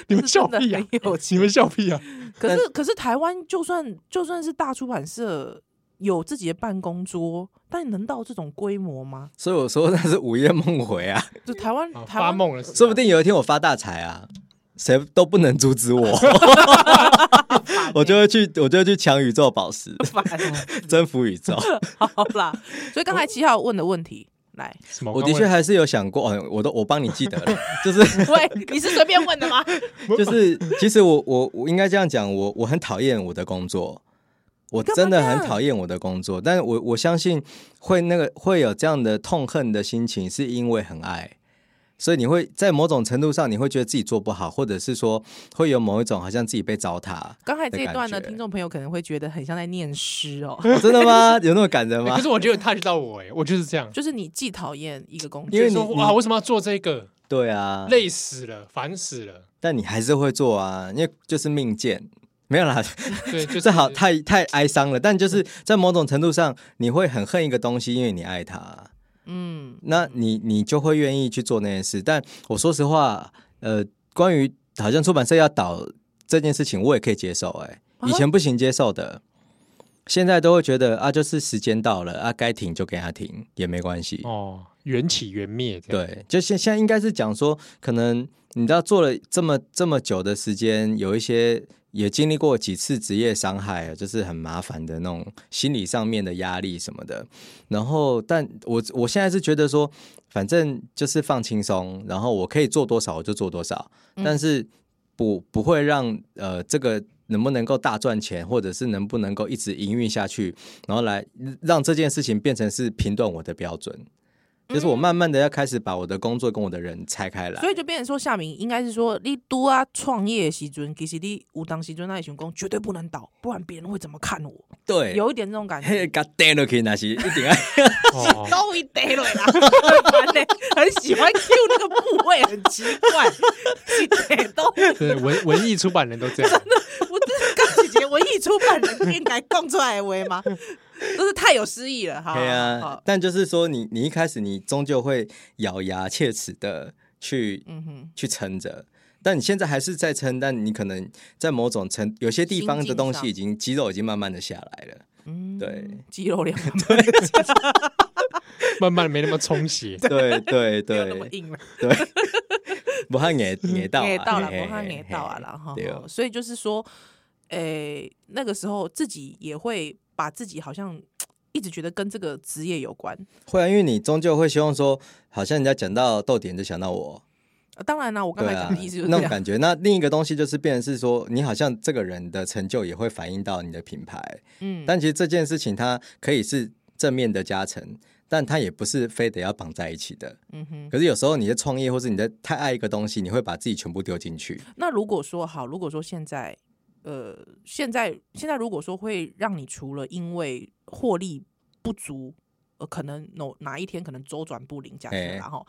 你们笑屁
是真！的
啊
很有
你们笑屁啊！
可是可是台湾就算就算是大出版社有自己的办公桌，但能到这种规模吗？
所以我说那是午夜梦回啊，
就台湾
啊
台
发
湾
梦了，
说不定有一天我发大财啊，谁都不能阻止 我，
法
我就会去，我就会去抢宇宙宝石，
烦欸。
征服宇宙。
好啦，所以刚才七号问的问题，来，
什么？
我的确还是有想过，哦、我都我帮你记得了，就是
喂，你是随便问的吗？
就是，其实我我我应该这样讲，我我很讨厌我的工作。我真的很讨厌我的工作，但是我我相信会那个会有这样的痛恨的心情，是因为很爱，所以你会在某种程度上，你会觉得自己做不好，或者是说会有某一种好像自己被糟蹋。
刚才这一段呢，
的感觉
听众朋友可能会觉得很像在念诗 哦，
真的吗？有那么感人
欸
吗
可？欸是我觉得有 touch 到我哎，我就是这样，
就是你既讨厌一个工作，
因为你
就是说
你
哇，为什么要做这个？
对啊，
累死了，烦死了。
但你还是会做啊，因为就是命贱。没有啦，
对，就是
这好太太哀伤了。但就是在某种程度上，你会很恨一个东西，因为你爱它，
嗯，
那你你就会愿意去做那件事。但我说实话，呃，关于好像出版社要倒这件事情，我也可以接受、欸。哎，以前不行接受的，现在都会觉得啊，就是时间到了啊，该停就给他停，也没关系。
哦，缘起缘灭这样。
对，就现现在应该是讲说，可能你知道做了这么这么久的时间，有一些也经历过几次职业伤害，啊就是很麻烦的那种心理上面的压力什么的。然后，但我我现在是觉得说，反正就是放轻松，然后我可以做多少我就做多少，
嗯
但是不不会让呃这个。能不能够大赚钱，或者是能不能够一直营运下去，然后来让这件事情变成是评断我的标准。就是我慢慢的要开始把我的工作跟我的人拆开来
嗯所。以就变成说，夏明应该是说，你都啊创业的时阵，其实你有当时阵那一群工绝对不能倒，不然别人会怎么看我？
对，
有一点这种感觉，
嘿 ，God damn 都可以拿起，一 定要
哦，
高一堆了啦， 很烦嘞，很喜欢 Q 那个部位，很奇怪，是得都，
对，文文艺出版人都 这样。
我这刚姐姐文艺出版人应该供出来的话 吗？真是太有诗意了，哈，
对啊
好。，
但就是说你，你一开始你终究会咬牙切齿的去、
嗯哼，
去撑着，但你现在还是在撑，但你可能在某种程有些地方
心
的
境
东
上
西已经肌肉已经慢慢的下来了。
嗯，
对，
肌肉量
慢慢没那么充血。
对对
没有那么
对，
硬了。
不怕也也到啊
捏到了，
嘿嘿
不怕捏
嘿
到啊
嘿
啦哈
对哦。
所以就是说，诶、那个时候自己也会把自己好像一直觉得跟这个职业有关。
会啊，因为你终究会希望说，好像人家讲到豆点就想到我，
呃当然啦，我刚
对
才
啊
讲的意思就是
那
这
种
样。
感觉。那另一个东西就是变成是说，你好像这个人的成就也会反映到你的品牌，
嗯，
但其实这件事情它可以是正面的加成，但它也不是非得要绑在一起的。
嗯哼。
可是有时候你在创业，或是你在太爱一个东西，你会把自己全部丢进去。
那如果说好，如果说现在，呃，现在现在如果说会让你除了因为获利不足。呃，可能哪哪一天可能周转不灵，假设
哎
然后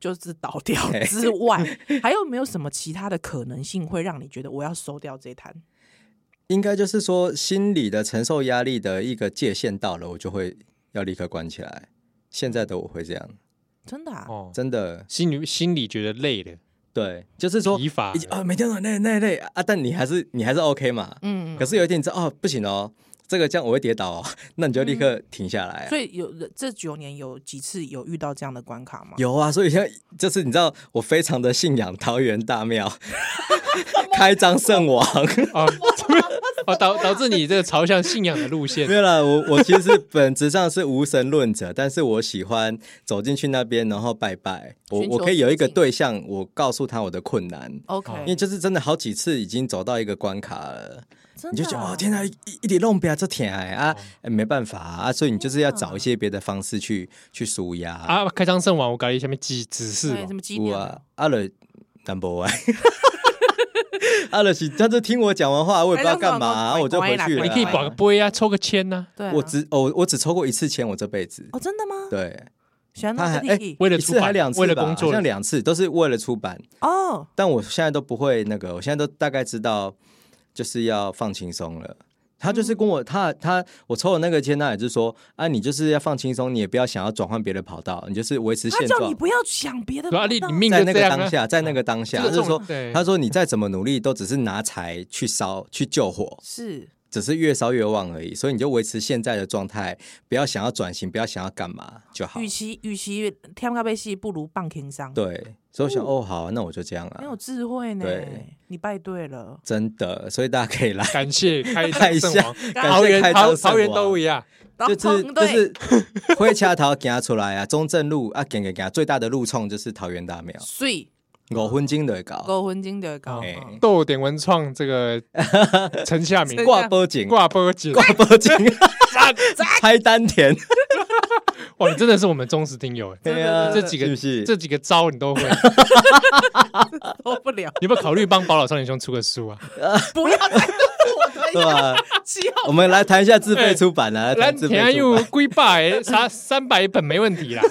就是 倒掉
哎
之外，还有没有什么其他的可能性会让你觉得我要收掉这一摊？
应该就是说，心理的承受压力的一个界限到了，我就会要立刻关起来。现在的我会这样，
真的啊？
哦，
真的
心里心里觉得累了，
对，就是说
疲乏哦
已经啊、 每天都很累累累啊，但你还是你还是 OK 嘛，
嗯，
可是有一天你知道哦，不行哦，这个这样我会跌倒哦， 那你就立刻停下来啊、
所以有这九年有几次有遇到这样的关卡吗？
有啊，所以现在就是你知道，我非常的信仰桃园大庙， 开张圣王。
啊，啊导导致你这个朝向信仰的路线
没。有啦，我我其 实是本质上是无神论者，但是我喜欢走进去那边，然后拜拜。我
寻求
我可以有一个
平静
对象，我告诉他我的困难，
OK，、
哦
因为就是真的好几次已经走到一个关卡了。
真的啊哦
你就觉得哦，天哪，一一点弄不了这天哎啊，哎没办法啊，啊所以你就是要找一些别的方式去去舒压啊，
啊，开张圣王，我搞一下面指指示哦
哎
嘛
什，么纪
有
念
啊，啊了 number one。啊，就是他就听我讲完话，我也不知道干嘛、啊
哎
我就回去了。
你可以
乖乖
把个杯啊，抽个签呐，
对啊、
我只哦，我只抽过一次签，我这辈子。
哦，真的吗？
对，
想
他
到
还
这
哎、
里、
为了
一
出
次
版
还两次吧，
为了工作
好像两次都是为了出版，
哦，
但我现在都不会那个，我现在都大概知道，就是要放轻松了。他就是跟我，
嗯
他他我抽的那个签，他也是说啊，你就是要放轻松，你也不要想要转换别的跑道，你就是维持
他
现
叫你
状。
不要想别的
对啊，
跑
你
道
你命
在
就
那
这
个
样
当
啊。
下，在那个当下，
这
他
个
就
重
说，
对
他说你再怎么努力，都只是拿柴去烧去救火，
是
只是越烧越旺而已。所以你就维持现在的状态，不要想要转型，不要想要干嘛就好
与。其与其天咖啡系，不如棒情商，，
对，所以我想，哦，好啊，那我就这样
很有
啊，
智慧呢
对。
你拜对了，
真的。所以大家可 以来
感谢开
看一
张圣
下
王，，
感
桃
谢
园
开
桃
张
桃园
圣
都
王
一样，
就是
然后
就
对
是灰车头行出来啊，中正路啊，行行行，最大的路冲就是桃园大庙，
水
哦
五分钟就会到，
够婚金的高，
哦哎
嗯
豆点文创这 个陈夏明
陈
挂波景，
挂波姐，
挂波 景， 拍丹
哎
田，
哇，你真的是我们忠实听友哎，
对啊，
这几个
是不是？
这几个招你 都会，
受不了，
你有没有考虑帮宝老少年兄出个书啊？
不要再动我的
对吧？
七号
我们来谈一 下自费出版啊，来
来，
谈自
哎田安
费出
又
版。
归百啥三百本没问题啦，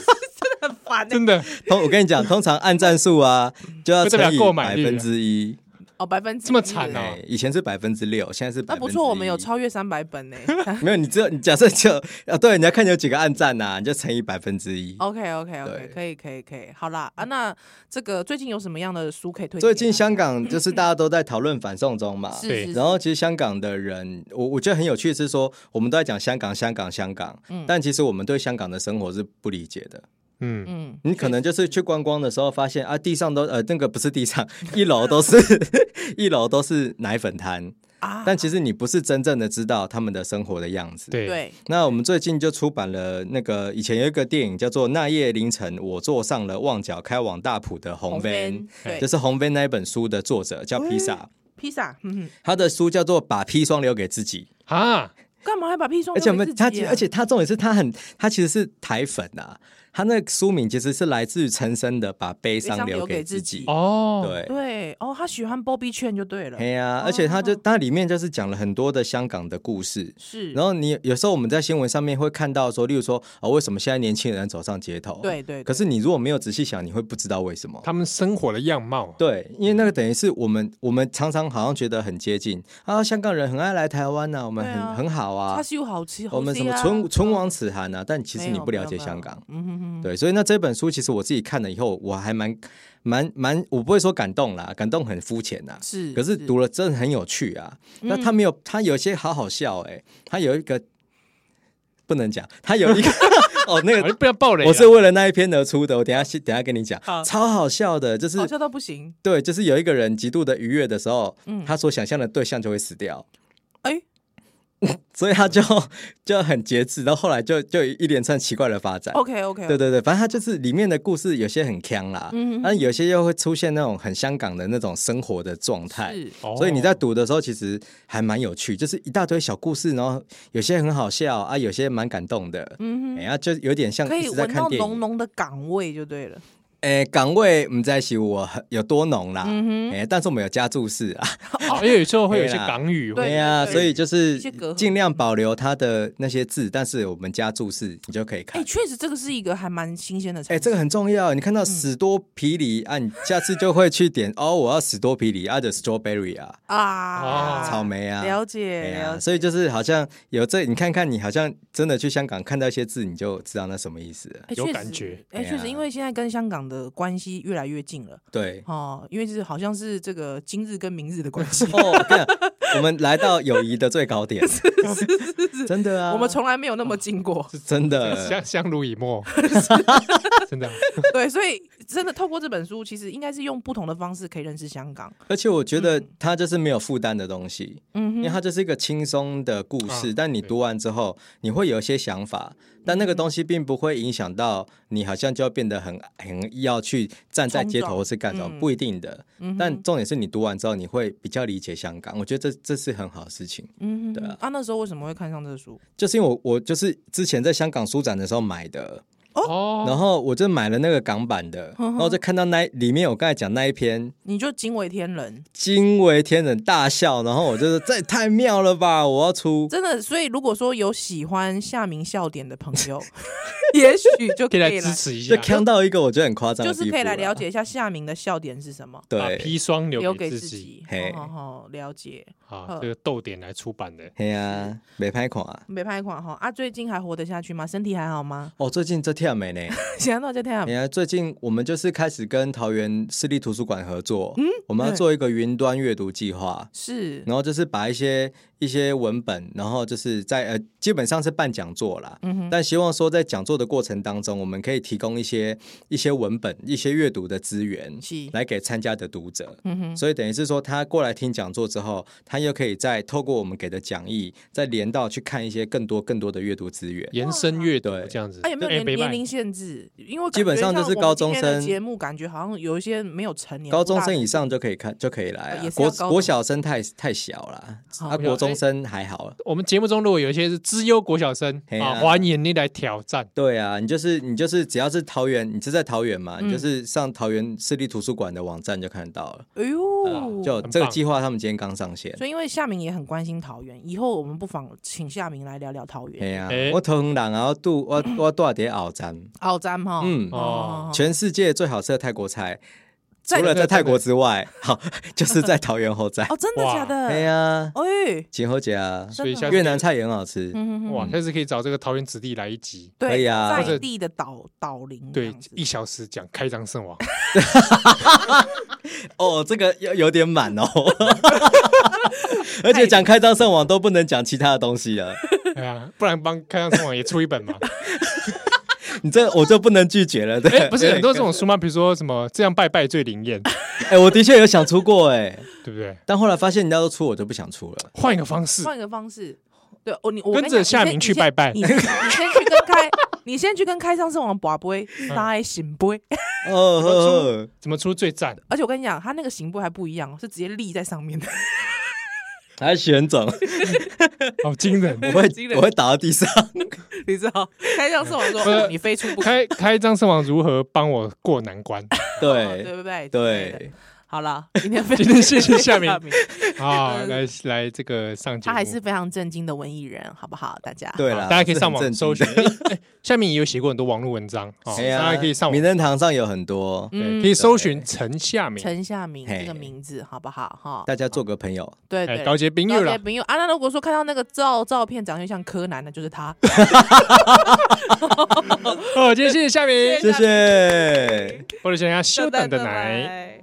烦欸
真的
通我跟你讲，通常按赞 数啊就要
就代表
乘以
购买
百
率
分
了
之一，
哦，百分之
这么
一
惨
耶
哦
哎，以前是百分之六，现在是百
那
分之
啊不
一。
错，我们有超越三百本 呢。
没有？你只有你假设就啊，对，你要看有几个按赞呐，你就乘以百分之一。
OK OK OK，
对
可以可以可以，好啦啊，那这个最近有什么样的书可以推荐啊？
最近香港 就是大家都在讨论反送中嘛，
是
对
是是
然后其实香港的人，我我觉得很有趣的是说，我们都在讲香港、香港、香港，
嗯
但其实我们对香港的生活是不理解的。
嗯，
嗯，
你可能就是去观光的时候，发现啊，地上都呃那个不是地上，一楼都是 一楼都是奶粉摊，
啊，
但其实你不是真正的知道他们的生活的样子。。
对，
对，
那我们最近就出版了那个以前有一个电影叫做《那夜凌晨我坐上了旺角开往大埔的红 van》，
对，
就是红 van 那一本书的作者叫披萨，
披萨，嗯，
他的书叫做《把砒霜留给自己》，
啊，
干嘛还把砒霜
而且我
留给
们
自
他
己啊
而且他重点是他很他其实是台粉啊，他那个书名其实是来自于陈升的《把悲伤留给自己》，
哦，
对。
对哦，他喜欢 Bobby 圈就对了，
哎呀、而且他就他里面就是讲了很多的香港的故事，
哦是，
然
后
后你有时候我们在新闻上面会看到说，例如说啊、为什么现在年轻人走上街头？
对对，
可是你如果没有仔细想，你会不知道为什么。
他们生活的样貌，
对，因为那个
嗯
等于是我们，我们常常好像觉得很接近啊，香港人很爱来台湾呐、我们
对
很、
啊
很好
他
啊，
是啊有好吃，
我们什么唇
纯
唇
纯
亡齿寒呐、啊，但其实你不了解香港，，
嗯没有没有没有嗯哼哼，
对，所以那这本书其实我自己看了以后，我还蛮蛮蛮，我不会说感动啦，感动很肤浅呐、
是，嗯
可是读了真的很有趣啊。那他没有，他有些好好笑哎、他有一个不能讲，他有 一个哦那
啊
个。
不要暴雷啊，
我是为了那一篇而出的，我等一下等一下跟你讲
好，哦
超好笑的，就是
好笑到不行，
对，就是有一个人极度的愉悦的时候，
嗯
他所想象的对象就会死掉，
哎，
所以他就就很节制，然后后来就就一连串奇怪的发展。
OK OK，
哎对对对，反正他就是里面的故事有些很腔啦，
嗯
但有些又会出现那种很香港的那种生活的状态。
是，
哦
所以你 在读的时候，其实还蛮有趣，就是一大堆小故事，然后有些很好笑啊，有些蛮感动的，
嗯
哎呀、就有点像
哼，可
一
以
直在
闻
看
到
电
浓
影。
浓的港味就对了，
哎，岗位唔在是我很有多浓啦，
嗯
哎，但是我们有加注释啊，
哦因为有时候会有一些
对啦
港语，
对
对哎呀，
对
所以就是
一些隔阂
尽量保留它的那些字，但是我们加注释，你就可以看
哎，。确实这个是一个还蛮新鲜的尝试，
哎、这个很重要。你看
嗯
到史多啤梨、啊，你下次就会去点哦，我要史多啤梨，啊，就 strawberry 啊，
啊，
哦
草莓啊，
了
哎
解
呀、
了解，
所以就是好像有这，你看看，你好像真的去香港看到一些字，你就知道那什么意思了。
哎
有
确
感
实
觉
哎，
哎
确实，
呀
因为现在跟香港的关系越来越近了。，
对，
哦，因为就是好像是这个今日跟明日的关系
哦，我跟你讲，我们来到友谊的最 高点，真的 啊，
我们从来没有那么近 过。
是真的。
相相濡以沫， 真的，
对，所以真的透过这本书，其实应该是用不同的方式可以认识香港。
而且我觉得它就是没有负担的东西，
嗯
因为
哼，
它就是一个轻松的故事，
啊
但你读完之后，你会有一些想法，但
嗯
那个东西并不会影响到你，好像就要变得很很要去站在街头或是干什么，
嗯
不一定的。但重点是你读完之后，你会比较理解香港，我觉得这这是很好的事情。
嗯哼，
对啊
啊，那时候为什么会看上这书？
就是因为我我就是之前在香港书展的时候买的，
哦，
然后我就买了那个港版的，然后就看到那里面我刚才讲那一篇
你就惊为天人，
惊为天人大笑，然后我就是这也太妙了吧，我要出。
真的。所以如果说有喜欢夏明笑点的朋 友，也许就 可
可以
以
来
来，
支持一
就
下，
看到一个我觉得很夸张
就
的地
是
步
可以来了
啦
解一下夏明的笑点是什么，
把
对，
砒霜
留
留
给
给
自
自己
己。
嘿
好好好，了解。
啊，这个豆点来出版的，
嘿呀，没拍款啊！
没拍款哈啊，最近还活得下去吗？身体还好吗？
哦，最近这天没呢？
现在到这天啊
哎，呀，最近我们就是开始跟桃园市立图书馆合作，嗯，我们要做一个云端阅读计划，
是
然后就是把一些一些文本，然后就是在呃，基本上是办讲座啦，
嗯
但希望说在讲座的过程当中，我们可以提供一些一些文本、一些阅读的资源
是，
来给参加的读者。
嗯哼，
所以等于是说，他过来听讲座之后，他又可以再透过我们给的讲义，再连到去看一些更多更多的阅读资源。
延伸阅读
对
这样子，
啊，有没有
对
年
没办
年龄限制？因为我感
基本
觉
上就
像
是
我们
高
今
中
天的
生
节目，感觉好像有一些没有成年，
高中
不大
生以上就可以看，就可以来、
呃也
啊。
是要
国
高中
国小生太太小了，
好
啊，国中中生还好了。
我们节目中如果有一些是资优国小生
嘿
啊，
啊
欢迎你来挑战。
对啊，你就是你就是只要是桃园，你是在桃园嘛，
嗯
你就是上桃园市立图书馆的网站就看得到了。
哎
啊
呦，
就
很
这个
棒
计划，他们今天刚上线。
所以因为夏明也很关心桃园，以后我们不妨请夏明来聊聊桃
哎
园。
呀
哎，
我桃园人啊，我住我我住伫鳌站，
澳詹哈，
嗯
哦，哦，哦
全世界最好吃的泰国菜，
在
除了在泰国之外，好 就是在桃园后站。
哦，真的
哇
假的？
哎，呀，
哎，
锦侯姐啊，
所以
真的
下次
越南菜也很好吃。
嗯，
哇，
哇，
下次可以找这个桃园子弟来一集，
对，
可以啊
或者
在地的岛岛林嗯这
对
样子，，
一小时讲开张圣王，
哦，这个有有点满哦，而且讲开张圣王都不能讲其他的东西了，
对啊，不然帮开张圣王也出一本嘛。
你这我就不能拒绝了。对，
哎，不是很多这种书吗？比如说什么这样拜拜最灵 验，
哎，我的确有想出过哎，
对不对？
但后来发现人家都出，我就不想出了。
换一个方式，
换一个方式。对，哦我你我
跟
你
着
讲
夏
你
明
先
去拜拜
你先你先去跟开，你先去跟开上圣王拔杯，
嗯
拉醒杯。
哦哦，
怎么出最赞？
而且我跟你讲，他那个醒杯还不一样，哦是直接立在上面的。
还选 总，
好哦惊人！
我会我会倒到地 上。
你知道，开上圣王说：“
呃
哦你非出不可。
开开张圣王如何帮我过难关？
哦对
对
不对？之类的
对，
好了，今天非
今天谢谢夏明
明，
啊，来来这个上节
嗯他
目，
还是非常震惊的文艺人，好不好？大家
对
好
啦，
大家可以
是很
上网
正经
搜寻
的。
哎哎下面也有写过很多网络文章， 哦，
哎呀
大家可以上网
名，人堂上有很多，
对
嗯
可以搜寻陈夏明，
陈夏明
嘿
这个名字，好不好？哈，
大家做个朋友。
对
哎，
对，
高洁冰友
高
啦
阶，朋友啊，那如果说看到那个照照片长得像柯南的，就是 他。
哦，今天谢谢夏明，
谢谢。
或者想要休等的奶。
奶。